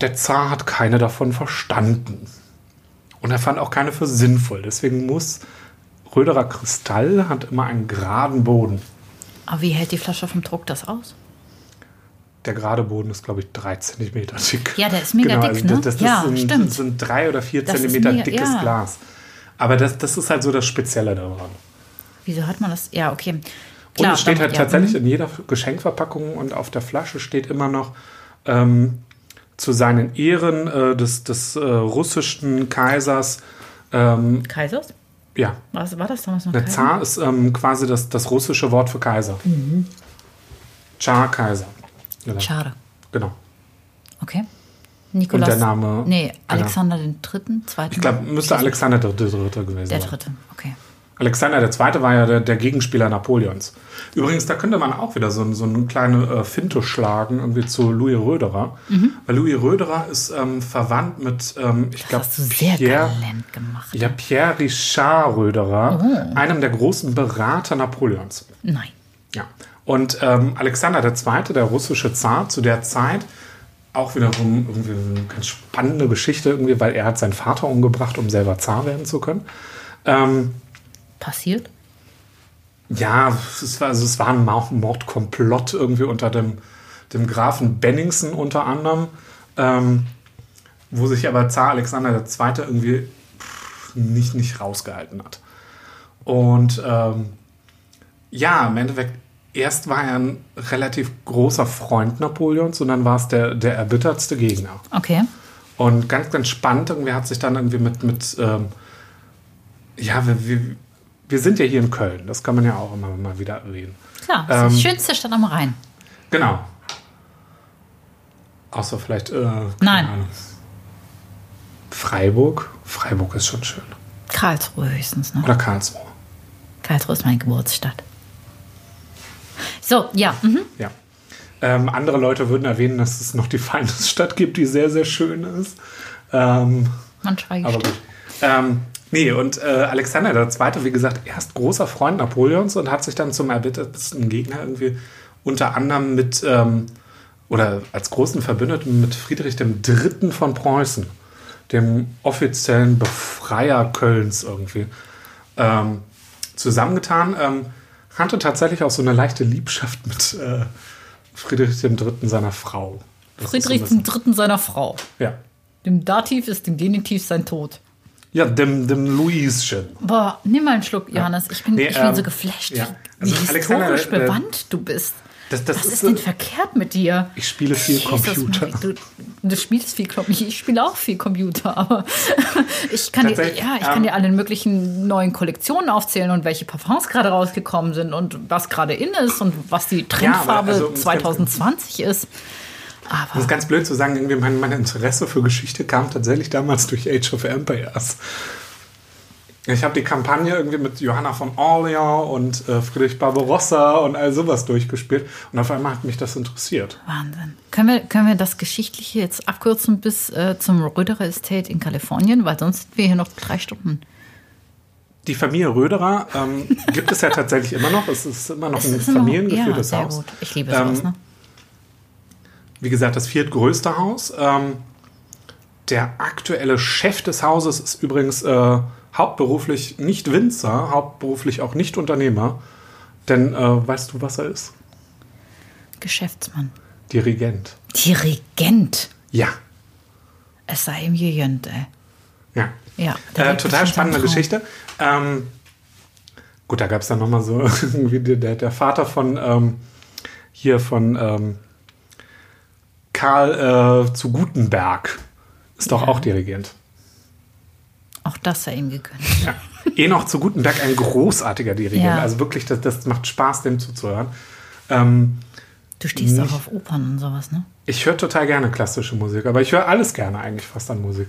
C: Der Zar hat keine davon verstanden. Und er fand auch keine für sinnvoll. Deswegen muss Röderer Kristall hat immer einen geraden Boden.
B: Aber wie hält die Flasche vom Druck das aus?
C: Der gerade Boden ist, glaube ich, drei Zentimeter dick. Genau, also
B: Ja, der ist mega dick,
C: das,
B: ne?
C: Das, das
B: Ja,
C: sind,
B: stimmt.
C: sind drei oder vier
B: Das ist
C: Zentimeter
B: mega-
C: dickes
B: ja.
C: Glas. Aber das, das ist halt so das Spezielle daran.
B: Wieso hat man das? Ja, okay.
C: Und es steht
B: damit-
C: halt
B: ja,
C: tatsächlich
B: mhm.
C: in jeder Geschenkverpackung und auf der Flasche steht immer noch ähm, zu seinen Ehren äh, des, des äh, russischen Kaisers. Ähm,
B: hm, Kaisers?
C: ja,
B: Was war das damals noch?
C: der
B: Kaiser?
C: Zar ist ähm, quasi das, das russische Wort für Kaiser. Mhm. Char Kaiser. Genau.
B: Schade.
C: genau.
B: Okay. Nikolaus.
C: Und der Name-
B: Nee,
C: keine
B: Alexander den Dritten, Zweiten.
C: Ich glaube, müsste Alexander der Dritte gewesen
B: Mhm. Der
C: sein.
B: Dritte, okay.
C: Alexander der Zweite war ja der, der Gegenspieler Napoleons. Übrigens, da könnte man auch wieder so, ein- so eine kleine äh, Finte schlagen, irgendwie zu Louis Röderer. Weil Louis Röderer ist ähm, verwandt mit, ähm, ich
B: Das
C: glaube,
B: hast du sehr
C: Pierre,
B: talent gemacht.
C: ja, Pierre Richard Röderer,
B: Oh.
C: einem der großen Berater Napoleons.
B: Nein.
C: Ja. Und ähm, Alexander II., der russische Zar, zu der Zeit auch wiederum irgendwie eine ganz spannende Geschichte, irgendwie, weil er hat seinen Vater umgebracht, um selber Zar werden zu können. Ähm,
B: Passiert?
C: ja, es war, also es war ein Mau- Mordkomplott irgendwie unter dem, dem Grafen Benningsen unter anderem, ähm, wo sich aber Zar Alexander II. irgendwie pff, nicht, nicht rausgehalten hat. Und ähm, ja, im Endeffekt, erst war er ein relativ großer Freund Napoleons und dann war es der, der erbittertste Gegner.
B: Okay.
C: Und ganz, ganz spannend, irgendwie hat sich dann irgendwie mit, mit ähm, ja, wir, wir, wir sind ja hier in Köln, das kann man ja auch immer mal wieder erwähnen.
B: Klar, das ist
C: Ähm,
B: die schönste Stadt am Rhein.
C: Genau. Außer vielleicht, äh, keine
B: Nein.
C: Ahnung. Freiburg? Freiburg ist schon schön.
B: Karlsruhe höchstens, ne?
C: Oder Karlsruhe.
B: Karlsruhe ist meine Geburtsstadt. So, ja. Mhm.
C: Ja. Ähm, andere Leute würden erwähnen, dass es noch die Feindesstadt gibt, die sehr, sehr schön ist. Ähm,
B: Man schweige
C: Aber
B: still.
C: gut. Ähm, nee, und äh, Alexander II., wie gesagt, erst großer Freund Napoleons und hat sich dann zum erbittertsten Gegner irgendwie unter anderem mit, ähm, oder als großen Verbündeten mit Friedrich III. von Preußen, dem offiziellen Befreier Kölns irgendwie, ähm, zusammengetan. Ähm, hatte tatsächlich auch so eine leichte Liebschaft mit äh, Friedrich III., seiner Frau. Das ist so ein
B: Friedrich
C: bisschen-
B: dem Dritten seiner Frau.
C: Ja.
B: Dem Dativ ist dem Genitiv sein Tod.
C: Ja, dem, dem Luischen.
B: Boah, nimm mal einen Schluck, Johannes. Ich bin,
C: Nee,
B: ich bin
C: ähm,
B: so geflasht,
C: ja.
B: wie
C: Also Alexander,
B: historisch
C: äh,
B: bewandt du bist.
C: Das, das
B: Was
C: ist,
B: ist
C: so-
B: denn verkehrt mit dir?
C: ich spiele viel Computer.
B: Marie, Du, du spielst viel Computer. Ich spiele auch viel Computer, aber ich kann, dir,
C: Tatsächlich,
B: ja, ich kann
C: ähm,
B: dir alle möglichen neuen Kollektionen aufzählen und welche Parfums gerade rausgekommen sind und was gerade in ist und was die Trendfarbe
C: also, um es ganz-
B: 2020 ist.
C: Das ist ganz blöd zu sagen, irgendwie mein, mein Interesse für Geschichte kam tatsächlich damals durch Age of Empires. Ich habe die Kampagne irgendwie mit Johanna von Orleans und äh, Friedrich Barbarossa und all sowas durchgespielt. Und auf einmal hat mich das interessiert.
B: Wahnsinn. Können wir, können wir das Geschichtliche jetzt abkürzen bis äh, zum Röderer Estate in Kalifornien? Weil sonst sind wir hier noch drei Stunden.
C: Die Familie Röderer ähm, gibt es ja tatsächlich immer noch. Es ist immer noch
B: Es
C: ein
B: ist immer noch-
C: familiengeführtes
B: ja, sehr
C: Haus.
B: Gut. Ich liebe
C: Ähm,
B: sowas, ne?
C: Wie gesagt, das viertgrößte Haus. Ähm, der aktuelle Chef des Hauses ist übrigens äh, hauptberuflich nicht Winzer, hauptberuflich auch nicht Unternehmer. Denn äh, weißt du, was er ist?
B: Geschäftsmann.
C: Dirigent.
B: Dirigent.
C: Ja.
B: Es sei ihm gegönnt, ey.
C: Ja.
B: Ja, der
C: Äh,
B: lebt
C: total
B: bestimmt
C: spannende
B: seinen Traum.
C: Geschichte. Ähm, gut, da gab es dann nochmal so irgendwie die- der, der Vater von ähm, hier von ähm, Karl äh, zu Gutenberg ist doch auch Dirigent.
B: Auch das sei ihm gegönnt.
C: Ja. Enoch Eh zu Gutenberg, ein großartiger Dirigent.
B: Ja.
C: Also wirklich, das, das macht Spaß, dem zuzuhören. Ähm,
B: Du stehst auch
C: Nicht-
B: auf Opern und sowas, ne?
C: ich höre total gerne klassische Musik, aber ich höre alles gerne eigentlich fast an Musik.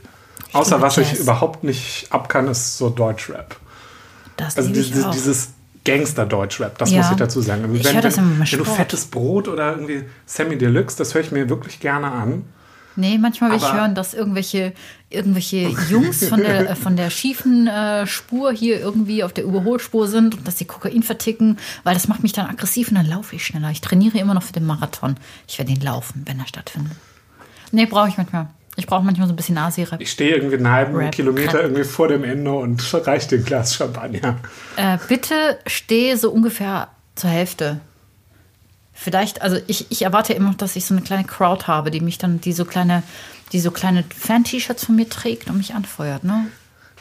C: Außer
B: liebe
C: was ich
B: Jazz.
C: überhaupt nicht ab kann, ist so Deutschrap.
B: Das
C: Also
B: liebe
C: dieses,
B: ich auch.
C: dieses Gangster-Deutschrap, das
B: Ja.
C: muss ich dazu sagen. Also Wenn,
B: Ich höre das immer beim
C: wenn, wenn du
B: Sport.
C: fettes Brot oder irgendwie Sammy Deluxe, das höre ich mir wirklich gerne an.
B: Nee, manchmal will ich
C: Aber-
B: hören, dass irgendwelche, irgendwelche Jungs von der, äh, von der schiefen äh, Spur hier irgendwie auf der Überholspur sind und dass sie Kokain verticken, weil das macht mich dann aggressiv und dann laufe ich schneller. Ich trainiere immer noch für den Marathon. Ich werde ihn laufen, wenn er stattfindet. Nee, brauche ich manchmal. Ich brauche manchmal so ein bisschen Nasi-Rap.
C: Ich stehe irgendwie einen halben
B: Rap.
C: Kilometer
B: Rap.
C: irgendwie vor dem Ende und reiche den Glas Champagner.
B: Äh, bitte stehe so ungefähr zur Hälfte. Vielleicht, also ich, ich erwarte immer noch, dass ich so eine kleine Crowd habe, die mich dann, die so kleine, die so kleine Fan-T-Shirts von mir trägt und mich anfeuert, ne?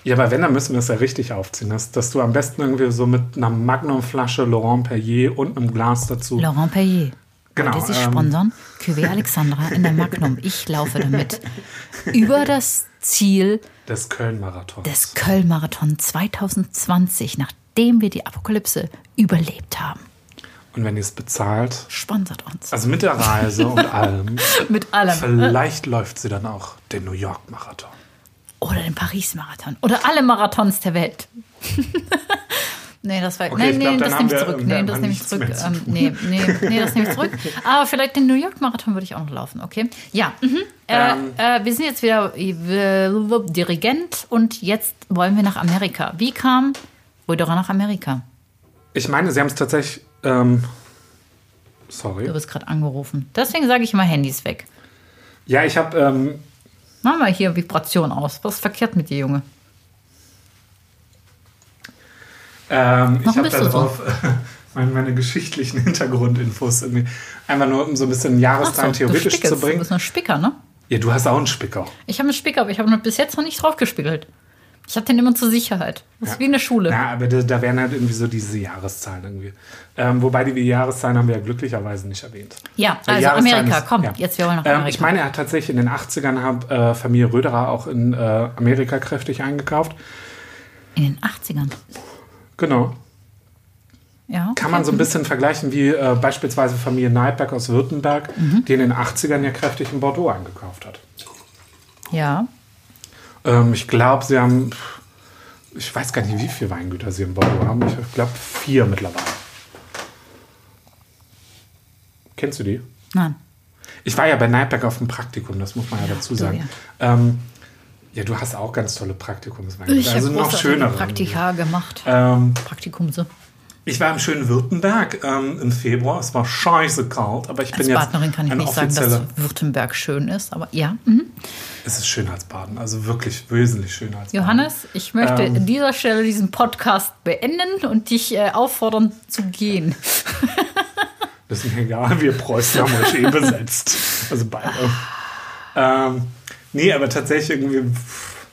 C: Ja, aber wenn, dann müssen wir es ja richtig aufziehen. Dass, dass du am besten irgendwie so mit einer Magnumflasche Laurent Perrier und einem Glas dazu.
B: Laurent Payet.
C: Genau,
B: Wollte sich
C: ähm.
B: sponsern? QW Alexandra in der Magnum. Ich laufe damit. Über das Ziel
C: des Köln-Marathons.
B: des Köln-Marathon 2020, nachdem wir die Apokalypse überlebt haben.
C: Und wenn ihr es bezahlt,
B: Sponsert uns.
C: also mit der Reise und allem,
B: Mit allem.
C: vielleicht läuft sie dann auch den New York-Marathon.
B: Oder den Paris-Marathon. Oder alle Marathons der Welt. nee, das war.
C: Okay,
B: nee,
C: ich glaub,
B: nee,
C: dann
B: das
C: haben
B: nehme ich
C: wir
B: zurück.
C: irgendwann
B: Nee,
C: mal
B: das nehme ich
C: nichts
B: zurück.
C: mehr zu
B: Ähm, nee, nee, nee, das nehme ich zurück. Aber vielleicht den New York-Marathon würde ich auch noch laufen, okay? Ja. Mhm. Äh,
C: Ähm.
B: äh, wir sind jetzt wieder äh, Dirigent und jetzt wollen wir nach Amerika. Wie kam Röderer nach Amerika?
C: Ich meine, sie haben es tatsächlich. Ähm, sorry.
B: Du wirst gerade angerufen. Deswegen sage ich immer Handys weg.
C: Ja, ich habe. Ähm,
B: Mach mal hier Vibration aus. Was ist verkehrt mit dir, Junge?
C: ähm, ich
B: Warum
C: habe
B: bist du so?
C: darauf meine, meine geschichtlichen Hintergrundinfos irgendwie. Einfach nur, um so ein bisschen
B: Ach so,
C: Jahreszahlen
B: du
C: theoretisch
B: spickst.
C: zu
B: Du
C: bringen.
B: bist ein Spicker, ne?
C: Ja, du hast auch einen Spicker.
B: Ich habe einen Spicker, aber ich habe noch bis jetzt noch nicht draufgespickelt. Ich habe den immer zur Sicherheit. Das ist wie eine Schule.
C: Na, aber da, da wären halt irgendwie so diese Jahreszahlen irgendwie. Ähm, wobei die Jahreszahlen haben wir ja glücklicherweise nicht erwähnt.
B: Ja,
C: Weil
B: also
C: Jahreszahlen
B: Amerika, komm,
C: ja.
B: jetzt wir wollen nach
C: Ähm,
B: Amerika.
C: ich meine, er hat tatsächlich in den 80ern hab, äh, Familie Röderer auch in äh, Amerika kräftig eingekauft.
B: In den 80ern.
C: Genau.
B: Ja.
C: Kann man so ein bisschen vergleichen wie äh, beispielsweise Familie Neidberg aus Württemberg,
B: Mhm.
C: die in den 80ern ja kräftig in Bordeaux eingekauft hat.
B: Ja.
C: Ähm, ich glaube, sie haben, ich weiß gar nicht, wie viele Weingüter sie in Bordeaux haben. Ich glaube, vier mittlerweile. Kennst du die?
B: Nein.
C: Ich war ja bei Neidberg auf dem Praktikum, das muss man ja dazu
B: du
C: sagen. Ähm, ja, du hast auch ganz tolle Praktikumsweingüter.
B: Ich
C: also
B: habe
C: noch schönere.
B: Praktika gemacht.
C: Ähm,
B: Praktikumse.
C: Ich war im schönen Württemberg ähm, im Februar. Es war scheiße kalt, aber ich bin
B: Als
C: jetzt
B: Partnerin kann ich
C: ein
B: nicht sagen, dass
C: offizieller-
B: Württemberg schön ist, aber ja. Mhm.
C: Es ist schöner als Baden, also wirklich wesentlich schöner als
B: Johannes, ich möchte
C: Ähm.
B: an dieser Stelle diesen Podcast beenden und dich äh, auffordern zu gehen.
C: Baden. Das ist mir egal, wir Preußen haben euch eh besetzt. Also beide. ähm, nee, aber tatsächlich irgendwie. pff,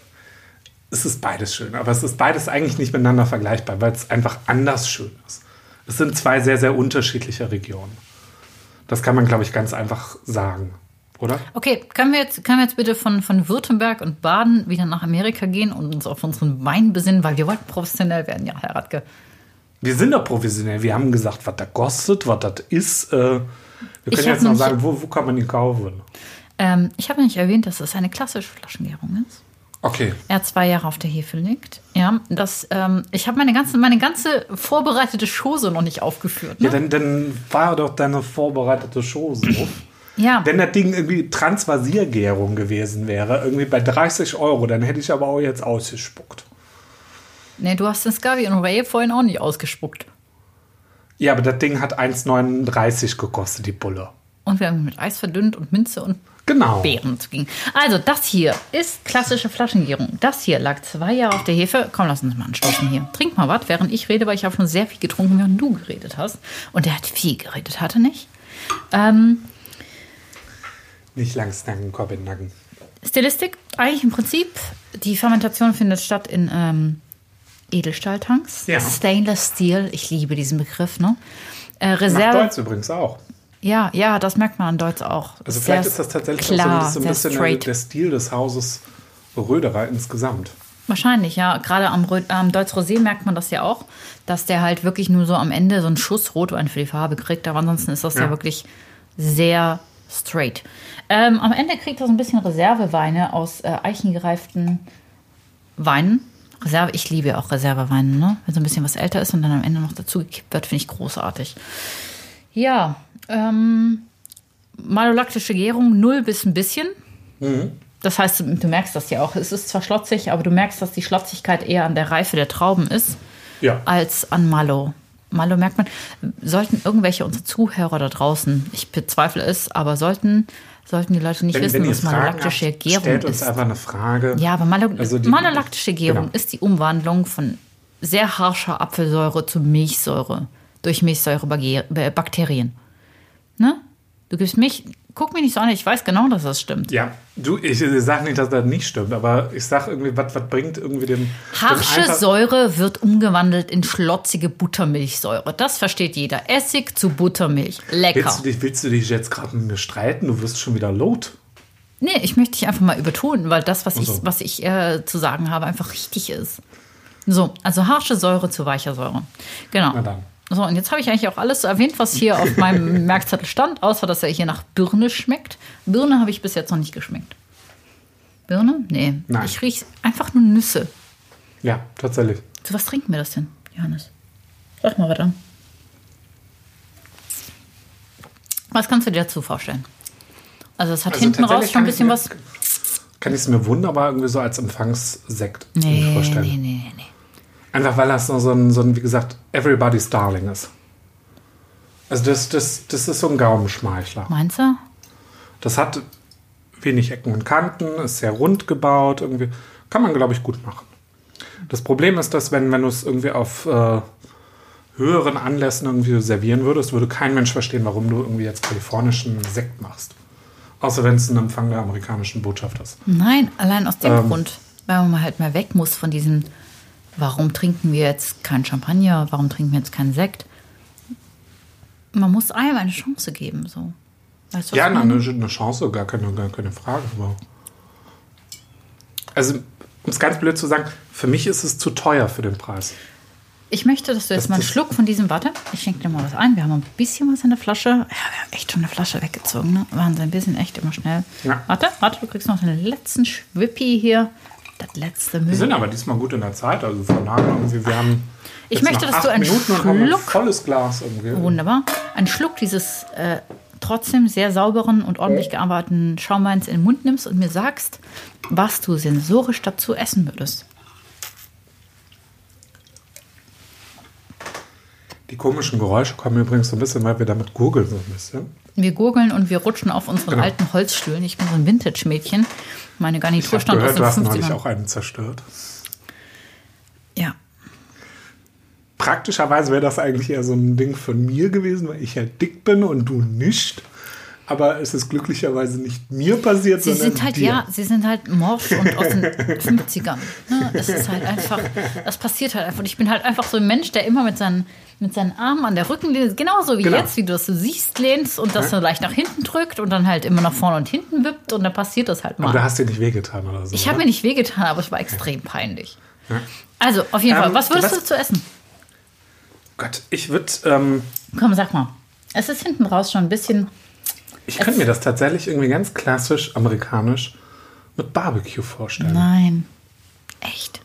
C: Es ist beides schön, aber es ist beides eigentlich nicht miteinander vergleichbar, weil es einfach anders schön ist. Es sind zwei sehr, sehr unterschiedliche Regionen. Das kann man, glaube ich, ganz einfach sagen, oder?
B: Okay, können wir jetzt, können wir jetzt bitte von, von Württemberg und Baden wieder nach Amerika gehen und uns auf unseren Wein besinnen, weil wir wollten professionell werden, ja, Herr Radke.
C: Wir sind doch professionell. Wir haben gesagt, was da kostet, was das ist. Äh, wir können
B: hab
C: jetzt noch
B: nämlich-
C: sagen, wo, wo kann man ihn kaufen?
B: Ähm, ich habe nicht erwähnt, dass es eine klassische Flaschengärung ist.
C: Okay.
B: Er hat zwei Jahre auf der Hefe liegt. Ja, das, ähm, ich habe meine ganze, meine ganze vorbereitete Chose noch nicht aufgeführt.
C: Ja,
B: Ne?
C: dann, dann war doch deine vorbereitete Show so.
B: Ja,
C: Wenn das Ding irgendwie Transvasiergärung gewesen wäre, irgendwie bei 30 Euro, dann hätte ich aber auch jetzt ausgespuckt.
B: nee, du hast den Scavi und Ray vorhin auch nicht ausgespuckt.
C: Ja, aber das Ding hat 1,39 gekostet, die Bulle.
B: Und wir haben mit Eis verdünnt und Minze und
C: Genau.
B: Beeren ging. Also, das hier ist klassische Flaschengärung. Das hier lag zwei Jahre auf der Hefe. Komm, lass uns mal anstoßen hier. Trink mal was, während ich rede, weil ich habe schon sehr viel getrunken, während du geredet hast. Und er hat viel geredet, hatte nicht? Ähm,
C: Nicht langs Nacken, Korb in den Nacken.
B: Stilistik, eigentlich im Prinzip. Die Fermentation findet statt in ähm, Edelstahltanks.
C: Ja.
B: Stainless Steel, ich liebe diesen Begriff, ne? Äh,
C: Macht
B: Reserve,
C: Deutsch übrigens auch.
B: ja, ja, das merkt man an Deutsch auch.
C: Also
B: Sehr
C: vielleicht ist das tatsächlich
B: klar,
C: auch so ein
B: sehr
C: bisschen, so ein bisschen der,
B: straight.
C: der Stil des Hauses Röderer insgesamt.
B: Wahrscheinlich, ja. Gerade am, Rö- am Deutsch Rosé merkt man das ja auch, dass der halt wirklich nur so am Ende so einen Schuss Rotwein für die Farbe kriegt. Aber ansonsten ist das ja,
C: Ja.
B: wirklich sehr straight. Ähm, am Ende kriegt er so ein bisschen Reserveweine aus äh, eichengereiften Weinen. Reserve, ich liebe ja auch Reserveweine, ne? Wenn so ein bisschen was älter ist und dann am Ende noch dazu gekippt wird, finde ich großartig. Ja, ähm, malolaktische Gärung null bis ein bisschen. Das heißt, du- du merkst das ja auch. Es ist zwar schlotzig, aber du merkst, dass die Schlotzigkeit eher an der Reife der Trauben ist,
C: Ja.
B: als an Malo. Malo merkt man. Sollten irgendwelche unsere Zuhörer da draußen, ich bezweifle es, aber sollten, sollten die Leute nicht wissen, was malolaktische
C: habt,
B: Gärung
C: stellt uns
B: ist.
C: einfach eine Frage.
B: Ja, aber Malo
C: Also die-
B: malolaktische Gärung
C: Genau.
B: ist die Umwandlung von sehr harscher Apfelsäure zu Milchsäure durch Milchsäurebakterien. Ne? Du gibst mich, guck mich nicht so an, ich weiß genau, dass das stimmt.
C: Ja, du, ich, ich sage nicht, dass das nicht stimmt, aber ich sage irgendwie, was was bringt irgendwie dem. dem
B: Harsche
C: einfach-
B: Säure wird umgewandelt in schlotzige Buttermilchsäure. Das versteht jeder. Essig zu Buttermilch. Lecker.
C: Willst du, dich, willst du dich jetzt gerade mit mir streiten? Du wirst schon wieder lot.
B: Nee, ich möchte dich einfach mal übertonen, weil das, was
C: so.
B: ich, was ich äh, zu sagen habe, einfach richtig ist. So, also harsche Säure zu weicher Säure. Genau.
C: Na dann.
B: So, und jetzt habe ich eigentlich auch alles erwähnt, was hier auf meinem Merkzettel stand, außer dass er hier nach Birne schmeckt. Birne habe ich bis jetzt noch nicht geschmeckt. Birne? Nee.
C: Nein.
B: Ich rieche einfach nur Nüsse.
C: Ja, tatsächlich.
B: Zu was trinken wir das denn, Johannes? Sag mal was an. Was kannst du dir dazu vorstellen? Also es hat
C: Also
B: hinten raus
C: tatsächlich
B: schon ein bisschen
C: kann ich mir-
B: was.
C: Kann ich es mir wunderbar irgendwie so als Empfangssekt
B: Nee, nee,
C: vorstellen.
B: nee, nee, nee.
C: Einfach weil das nur so ein, so ein, wie gesagt, Everybody's Darling ist. Also das, das, das ist so ein Gaumenschmeichler.
B: Meinst du?
C: Das hat wenig Ecken und Kanten, ist sehr rund gebaut, irgendwie. Kann man, glaube ich, gut machen. Das Problem ist, dass wenn, wenn du es irgendwie auf äh, höheren Anlässen irgendwie servieren würdest, würde kein Mensch verstehen, warum du irgendwie jetzt kalifornischen Sekt machst. Außer wenn es ein Empfang der amerikanischen Botschaft ist.
B: Nein, allein aus
C: Ähm.
B: dem Grund, weil man mal halt mal weg muss von diesem, warum trinken wir jetzt kein Champagner, warum trinken wir jetzt keinen Sekt. Man muss einem eine Chance geben, so. Weißt du, was
C: Ja,
B: ich
C: na,
B: meine?
C: eine, eine Chance, gar keine, gar keine Frage. Aber also, um es ganz blöd zu sagen, für mich ist es zu teuer für den Preis.
B: Ich möchte, dass du jetzt
C: Das-
B: mal einen
C: das-
B: Schluck von diesem, warte, ich schenke dir mal was ein. Wir haben ein bisschen was in der Flasche. Ja, wir haben echt schon eine Flasche weggezogen, ne? Wahnsinn, wir sind echt immer schnell.
C: Ja.
B: Warte, warte, du kriegst noch den letzten Schwippi hier. Das letzte
C: Wir
B: Müll.
C: sind aber diesmal gut in der Zeit, also von daher irgendwie, wir haben.
B: Ich
C: jetzt
B: möchte,
C: noch
B: dass du
C: acht
B: einen
C: Minuten und haben ein
B: Schluck-
C: volles Glas irgendwie.
B: Wunderbar. Ein Schluck dieses äh, trotzdem sehr sauberen und ordentlich gearbeiteten Schaumweins in den Mund nimmst und mir sagst, was du sensorisch dazu essen würdest.
C: Die komischen Geräusche kommen übrigens so ein bisschen, weil wir damit gurgeln so ein bisschen.
B: Wir gurgeln und wir rutschen auf unseren
C: Genau.
B: alten Holzstühlen. Ich bin so ein Vintage-Mädchen. Meine
C: Ich
B: Garnitur
C: habe
B: stammt aus
C: gehört,
B: den
C: du hast neulich
B: 50ern.
C: auch einen zerstört.
B: Ja,
C: Praktischerweise wäre das eigentlich eher so ein Ding von mir gewesen, weil ich ja dick bin und du nicht. Aber es ist glücklicherweise nicht mir passiert,
B: Sie
C: sondern
B: sind halt,
C: dir.
B: ja, sie sind halt morsch und aus den 50ern. Ne? Es ist halt einfach, das passiert halt einfach. Und ich bin halt einfach so ein Mensch, der immer mit seinen, mit seinen Armen an der Rückenlehne, genauso wie
C: Genau.
B: jetzt, wie du das so siehst, lehnst und das so leicht nach hinten drückt und dann halt immer nach vorne und hinten wippt und dann passiert das halt
C: Aber du
B: mal.
C: hast dir nicht wehgetan oder so.
B: Ich habe
C: ne?
B: mir nicht wehgetan, aber es war extrem peinlich. Also, auf jeden
C: Ähm,
B: Fall, was würdest
C: was-
B: du zu essen?
C: Gott, ich würde, ähm,
B: Komm, sag mal. Es ist hinten raus schon ein bisschen.
C: ich könnte mir das tatsächlich irgendwie ganz klassisch amerikanisch mit Barbecue vorstellen.
B: Nein. Echt?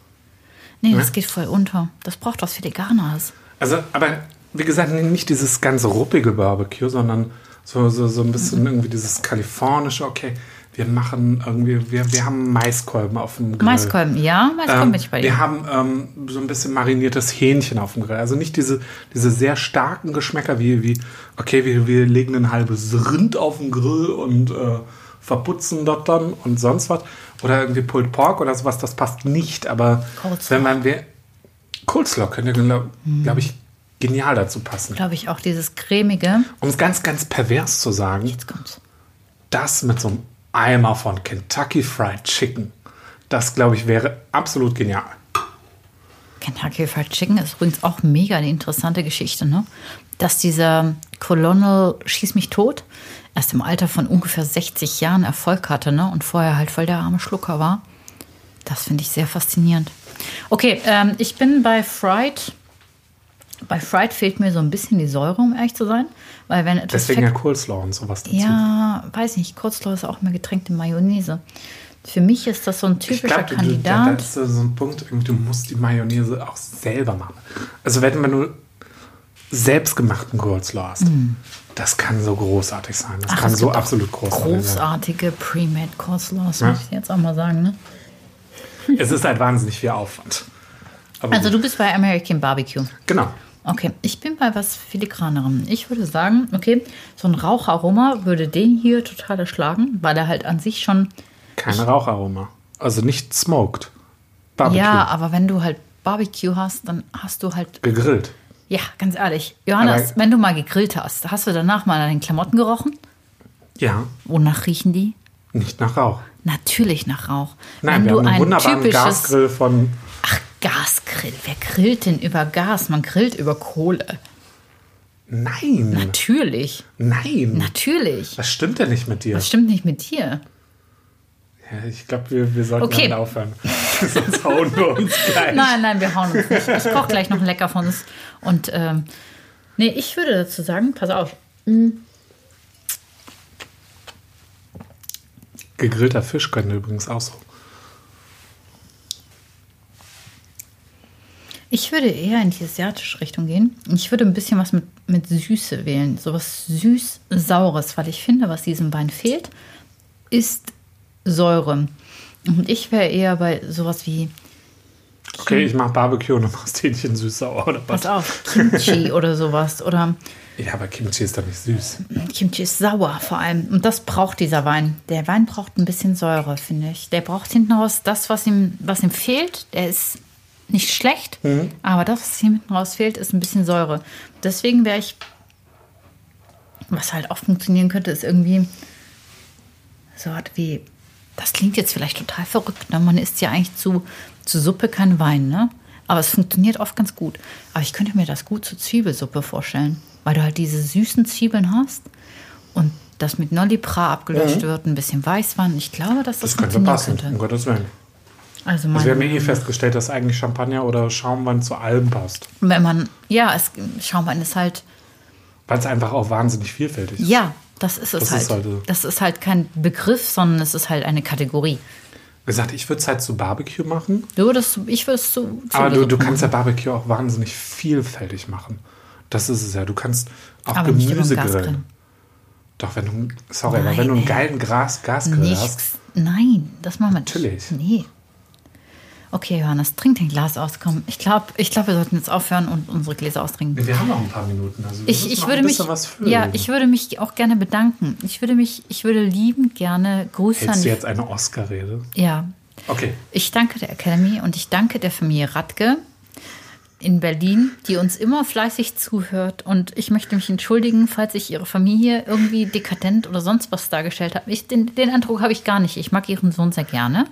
B: Nee,
C: Ja.
B: das geht voll unter. Das braucht was für Veganeres.
C: Also, aber wie gesagt, nicht dieses ganz ruppige Barbecue, sondern so, so, so ein bisschen irgendwie dieses kalifornische, okay, wir machen irgendwie, wir, wir haben Maiskolben auf dem Grill.
B: Maiskolben, ja, Maiskolben
C: Äh, Ähm,
B: bin ich bei dir.
C: wir haben ähm, so ein bisschen mariniertes Hähnchen auf dem Grill. Also nicht diese, diese sehr starken Geschmäcker wie, wie okay, wir, wir legen ein halbes Rind auf den Grill und äh, verputzen das dann und sonst was. Oder irgendwie Pulled Pork oder sowas, das passt nicht. Aber
B: Coleslaw. Mhm.
C: wenn man... Wir, Coleslaw könnte, glaube glaub ich, genial dazu passen.
B: Glaube ich auch dieses cremige.
C: Um es ganz, ganz pervers zu sagen,
B: Jetzt kommt's.
C: das mit so einem Eimer von Kentucky Fried Chicken, das, glaube ich, wäre absolut genial.
B: Kentucky Fried Chicken ist übrigens auch mega eine interessante Geschichte, ne? Dass dieser Colonel Schieß mich tot erst im Alter von ungefähr 60 Jahren Erfolg hatte, ne? Und vorher halt voll der arme Schlucker war. Das finde ich sehr faszinierend. Okay, ähm, ich bin bei Fried. Bei Fried fehlt mir so ein bisschen die Säure, um ehrlich zu sein. Weil wenn etwas
C: Deswegen
B: fett-
C: ja Coleslaw und sowas dazu.
B: Ja, weiß nicht. Kurzlau ist auch mehr getränkte Mayonnaise. Für mich ist das so ein
C: ich
B: typischer
C: glaube, da
B: Kandidat.
C: ist so ein Punkt, irgendwie, du musst die Mayonnaise auch selber machen. Also wenn, wenn du selbstgemachten Coleslaw hast, das kann so großartig sein. Das
B: Mhm. Ach,
C: kann
B: es
C: so
B: gibt auch
C: absolut großartig, sein.
B: Großartige Pre-Made Coleslaws,
C: Ja.
B: muss ich jetzt auch mal sagen. Ne?
C: Es ist halt wahnsinnig viel Aufwand. Aber
B: Also
C: gut.
B: du bist bei American Barbecue.
C: Genau.
B: Okay, ich bin bei was filigranerem. Ich würde sagen, okay, so ein Raucharoma würde den hier total erschlagen, weil er halt an sich schon...
C: Kein Raucharoma. Also nicht smoked. Barbecue.
B: Ja, aber wenn du halt Barbecue hast, dann hast du halt...
C: Gegrillt.
B: Ja, ganz ehrlich. Johannes,
C: Aber-
B: wenn du mal gegrillt hast, hast du danach mal an den Klamotten gerochen?
C: Ja,
B: Wonach riechen die?
C: nicht nach Rauch.
B: Natürlich nach Rauch.
C: Nein, wir haben einen wunderbaren Gasgrill von
B: Ach, Gasgrill. Wer grillt denn über Gas? Man grillt über Kohle.
C: Nein,
B: Natürlich.
C: nein.
B: Natürlich.
C: Was stimmt denn nicht mit dir?
B: Das stimmt nicht mit dir.
C: Ja, ich glaube, wir, wir sollten
B: Okay.
C: damit aufhören. Sonst hauen wir uns gleich.
B: Nein, nein, wir hauen uns nicht. Ich koche gleich noch ein Lecker von uns. Und ähm, nee, ich würde dazu sagen, pass auf.
C: Gegrillter Fisch könnte übrigens auch so.
B: Ich würde eher in die asiatische Richtung gehen. Ich würde ein bisschen was mit, mit Süße wählen. Sowas süß-saures, weil ich finde, was diesem Wein fehlt, ist Säure. Und ich wäre eher bei sowas wie
C: Okay,
B: Hm.
C: ich mache Barbecue und du machst Hähnchen süß-sauer oder was?
B: Pass auf, Kimchi oder sowas. Oder
C: Ja, aber Kimchi ist doch nicht süß.
B: Kimchi ist sauer vor allem. Und das braucht dieser Wein. Der Wein braucht ein bisschen Säure, finde ich. Der braucht hinten raus das, was ihm, was ihm fehlt. Der ist nicht schlecht, aber das, was ihm hinten raus fehlt, ist ein bisschen Säure. Deswegen wäre ich. Was halt auch funktionieren könnte, ist irgendwie so was wie. Das klingt jetzt vielleicht total verrückt. Ne? Man isst ja eigentlich zu, zu Suppe kein Wein, ne? Aber es funktioniert oft ganz gut. Aber ich könnte mir das gut zur Zwiebelsuppe vorstellen, weil du halt diese süßen Zwiebeln hast und das mit Nolli Pra abgelöscht wird, ein bisschen Weißwein. Ich glaube, dass das,
C: Mhm. Das könnte
B: funktionieren
C: passen, um
B: könnte.
C: Gottes Willen.
B: Also,
C: Also wir haben
B: mein,
C: ja eh festgestellt, dass eigentlich Champagner oder Schaumwein zu allem passt.
B: wenn man, ja, es, Schaumwein ist halt,
C: Weil es einfach auch wahnsinnig vielfältig ist.
B: ja, das ist es
C: Das
B: halt.
C: ist halt so.
B: Das ist halt kein Begriff, sondern es ist halt eine Kategorie.
C: Wie gesagt, ich würde es halt zu Barbecue machen,
B: Du würdest, ich würde es so.
C: aber du, du
B: Zwiebelsuppe
C: kannst ja Barbecue auch wahnsinnig vielfältig machen. Das ist es ja. Du kannst auch
B: Aber nicht über
C: Gemüse
B: den Gasgrill.
C: grillen. Doch, wenn du, sorry,
B: Nein,
C: aber wenn du einen
B: ey.
C: geilen Gras, Gasgrill hast,
B: Nichts. Nein, das machen wir nicht.
C: Natürlich.
B: Nee. Okay, Johannes, trink dein Glas aus. Komm, ich glaube, ich glaub, wir sollten jetzt aufhören und unsere Gläser austrinken.
C: Wir haben noch ein paar Minuten. Also wir
B: Ich,
C: müssen
B: ich
C: noch
B: würde
C: ein
B: mich,
C: bisschen was füllen.
B: ja, ich würde mich auch gerne bedanken. Ich würde mich, ich würde liebend gerne Grüße
C: Hältst du
B: an
C: jetzt eine Oscar-Rede?
B: die, ja,
C: Okay.
B: ich danke der Academy und ich danke der Familie Radke in Berlin, die uns immer fleißig zuhört. Und ich möchte mich entschuldigen, falls ich ihre Familie irgendwie dekadent oder sonst was dargestellt habe. Ich, den, den Eindruck habe ich gar nicht. Ich mag ihren Sohn sehr gerne.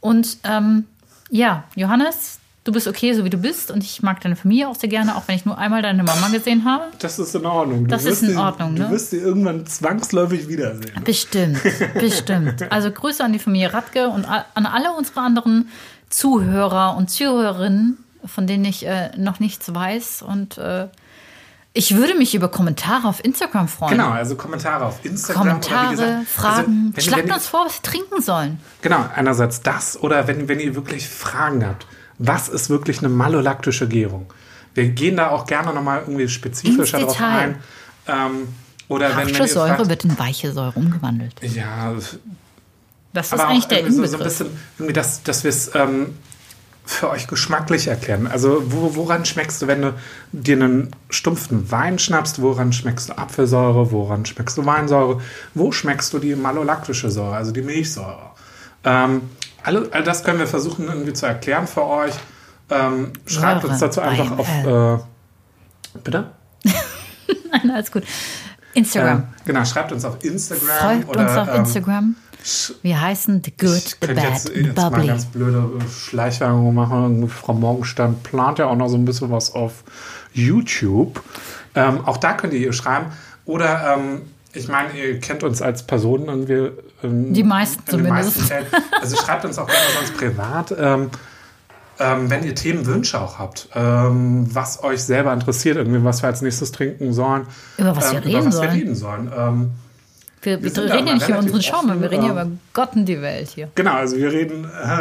B: Und ähm, ja, Johannes, du bist okay, so wie du bist. Und ich mag deine Familie auch sehr gerne, auch wenn ich nur einmal deine Mama gesehen habe.
C: Das ist in Ordnung. Du
B: Das
C: wirst
B: ist in
C: sie-
B: Ordnung,
C: Du
B: ne?
C: wirst sie irgendwann zwangsläufig wiedersehen.
B: Bestimmt, bestimmt. Also Grüße an die Familie Radke und a- an alle unsere anderen Zuhörer und Zuhörerinnen, von denen ich äh, noch nichts weiß. Und äh, Ich würde mich über Kommentare auf Instagram freuen.
C: Genau, also Kommentare auf Instagram. oder wie
B: Kommentare,
C: gesagt,
B: Fragen.
C: Also, wenn,
B: Schlagt
C: wenn,
B: uns vor, was wir trinken sollen.
C: Genau, einerseits das oder wenn, wenn ihr wirklich Fragen habt, was ist wirklich eine malolaktische Gärung? Wir gehen da auch gerne nochmal irgendwie spezifischer
B: Ins
C: drauf
B: Detail.
C: ein. Ähm, oder wenn, wenn
B: Harsche
C: ihr
B: Säure
C: fragt,
B: wird in weiche Säure umgewandelt.
C: ja, das
B: Das ist
C: aber
B: eigentlich
C: auch
B: der
C: irgendwie so, so ein
B: Inbegriff.
C: bisschen, irgendwie dass, dass wir es ähm, für euch geschmacklich erklären. Also wo, woran schmeckst du, wenn du dir einen stumpfen Wein schnappst? Woran schmeckst du Apfelsäure? Woran schmeckst du Weinsäure? Wo schmeckst du die malolaktische Säure, also die Milchsäure? Ähm, alle, all das können wir versuchen irgendwie zu erklären für euch. Ähm, schreibt
B: Säure,
C: uns dazu einfach
B: Wein,
C: auf... Äh, bitte?
B: Nein, alles gut. Instagram.
C: Ähm, genau, schreibt uns auf Instagram.
B: Folgt
C: oder,
B: uns auf
C: ähm,
B: Instagram. Wir heißen The Good, The
C: könnte
B: Bad,
C: jetzt, äh, eh
B: The
C: jetzt mal
B: Bubbly.
C: ganz blöde äh, Schleichwerbung machen. Frau Morgenstern plant ja auch noch so ein bisschen was auf YouTube. Ähm, auch da könnt ihr ihr schreiben. Oder ähm, ich meine, ihr kennt uns als Personen und wir. Ähm,
B: Die meisten
C: in den
B: zumindest.
C: meisten Fällen. also schreibt uns auch gerne sonst privat. Ähm, ähm, wenn ihr Themenwünsche auch habt, ähm, was euch selber interessiert, irgendwie, was wir als nächstes trinken sollen.
B: Über was wir
C: ähm,
B: reden
C: über was
B: sollen.
C: Wir reden sollen. Ähm,
B: Wir,
C: Wir
B: wir
C: sind da
B: reden ja
C: mal
B: nicht über
C: relativ
B: unseren Schaum,
C: offen,
B: wir reden ja
C: ähm,
B: über Gott und die Welt hier.
C: Genau, also wir reden äh,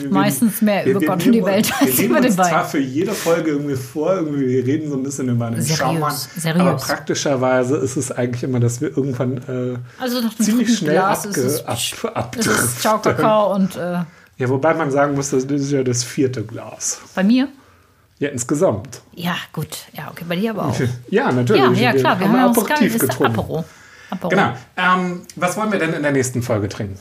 C: wir-
B: Meistens mehr über Gott und
C: nehmen
B: die Welt
C: uns-
B: als
C: wir nehmen
B: über den
C: uns
B: Wein.
C: Zwar für jede Folge irgendwie vor, irgendwie wir reden so ein bisschen über den
B: Seriös,
C: Schaumann.
B: seriös.
C: Aber praktischerweise ist es eigentlich immer, dass wir irgendwann äh,
B: Also nach dem
C: ziemlich
B: dritten
C: schnell
B: Glas
C: abge,
B: ist es,
C: ab,
B: es ist Ciao
C: abdriften.
B: Kakao und äh,
C: Ja, wobei man sagen muss, das ist ja das vierte Glas.
B: bei mir?
C: Ja, insgesamt.
B: Ja, gut. Ja, okay, bei dir aber auch.
C: Ja, natürlich.
B: Ja, ja, klar, wir haben ja auch
C: Aperitif
B: Sky, ist
C: getrunken.
B: Apero. Apero.
C: Genau. Ähm, was wollen wir denn in der nächsten Folge trinken?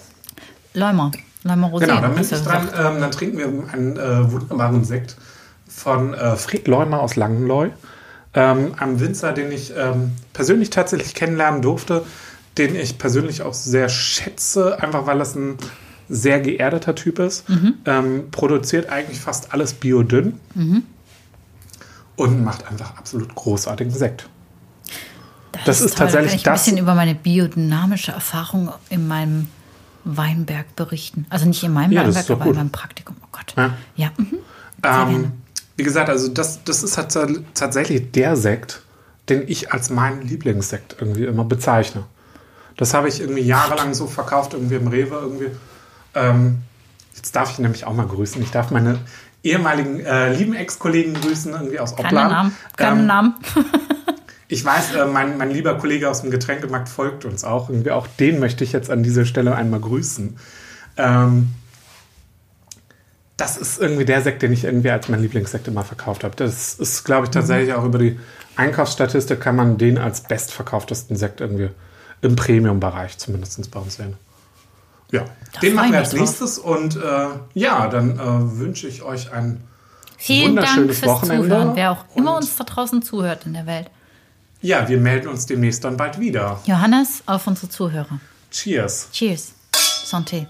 B: Läumer. Läumer Rosé.
C: Genau, dann bin ich
B: hast du ja
C: dran.
B: gesagt.
C: Ähm, dann trinken wir einen äh, wunderbaren Sekt von äh, Fred Leumer aus Langenleu. Ähm, einem Winzer, den ich ähm, persönlich tatsächlich kennenlernen durfte, den ich persönlich auch sehr schätze, einfach weil das ein sehr geerdeter Typ ist. Ähm, produziert eigentlich fast alles biodünn und macht einfach absolut großartigen Sekt. das ist
B: toll. Dann
C: tatsächlich
B: kann ich
C: das-
B: ein bisschen über meine biodynamische Erfahrung in meinem Weinberg berichten. Also nicht in meinem
C: Ja, das ist
B: Weinberg,
C: doch
B: aber
C: gut.
B: in meinem Praktikum. Oh Gott.
C: Ja.
B: Ja. mhm. gerne.
C: Ähm, wie gesagt, also das, das ist halt tats- tatsächlich der Sekt, den ich als meinen Lieblingssekt irgendwie immer bezeichne. Das habe ich irgendwie jahrelang so verkauft, irgendwie im Rewe irgendwie. Ähm, jetzt darf ich nämlich auch mal grüßen. Ich darf meine ehemaligen äh, lieben Ex-Kollegen grüßen, irgendwie aus Opladen.
B: Keine Namen. Keine
C: Ähm,
B: Namen.
C: ich weiß, äh, mein, mein lieber Kollege aus dem Getränkemarkt folgt uns auch. Irgendwie auch den möchte ich jetzt an dieser Stelle einmal grüßen. Ähm, das ist irgendwie der Sekt, den ich irgendwie als mein Lieblingssekt immer verkauft habe. Das ist, glaube
B: Mhm.
C: ich, tatsächlich auch über die Einkaufsstatistik kann man den als bestverkauftesten Sekt irgendwie im Premium-Bereich zumindest bei uns sehen. Ja, den machen
B: freu
C: wir
B: ich
C: als
B: mich
C: nächstes und äh, ja, dann äh, wünsche ich euch ein
B: Vielen Dank
C: wunderschönes
B: fürs
C: Wochenende
B: Zuhören. Wer auch immer
C: und-
B: uns da draußen zuhört in der Welt.
C: ja, wir melden uns demnächst dann bald wieder.
B: Johannes, auf unsere Zuhörer.
C: Cheers.
B: Cheers. Santé.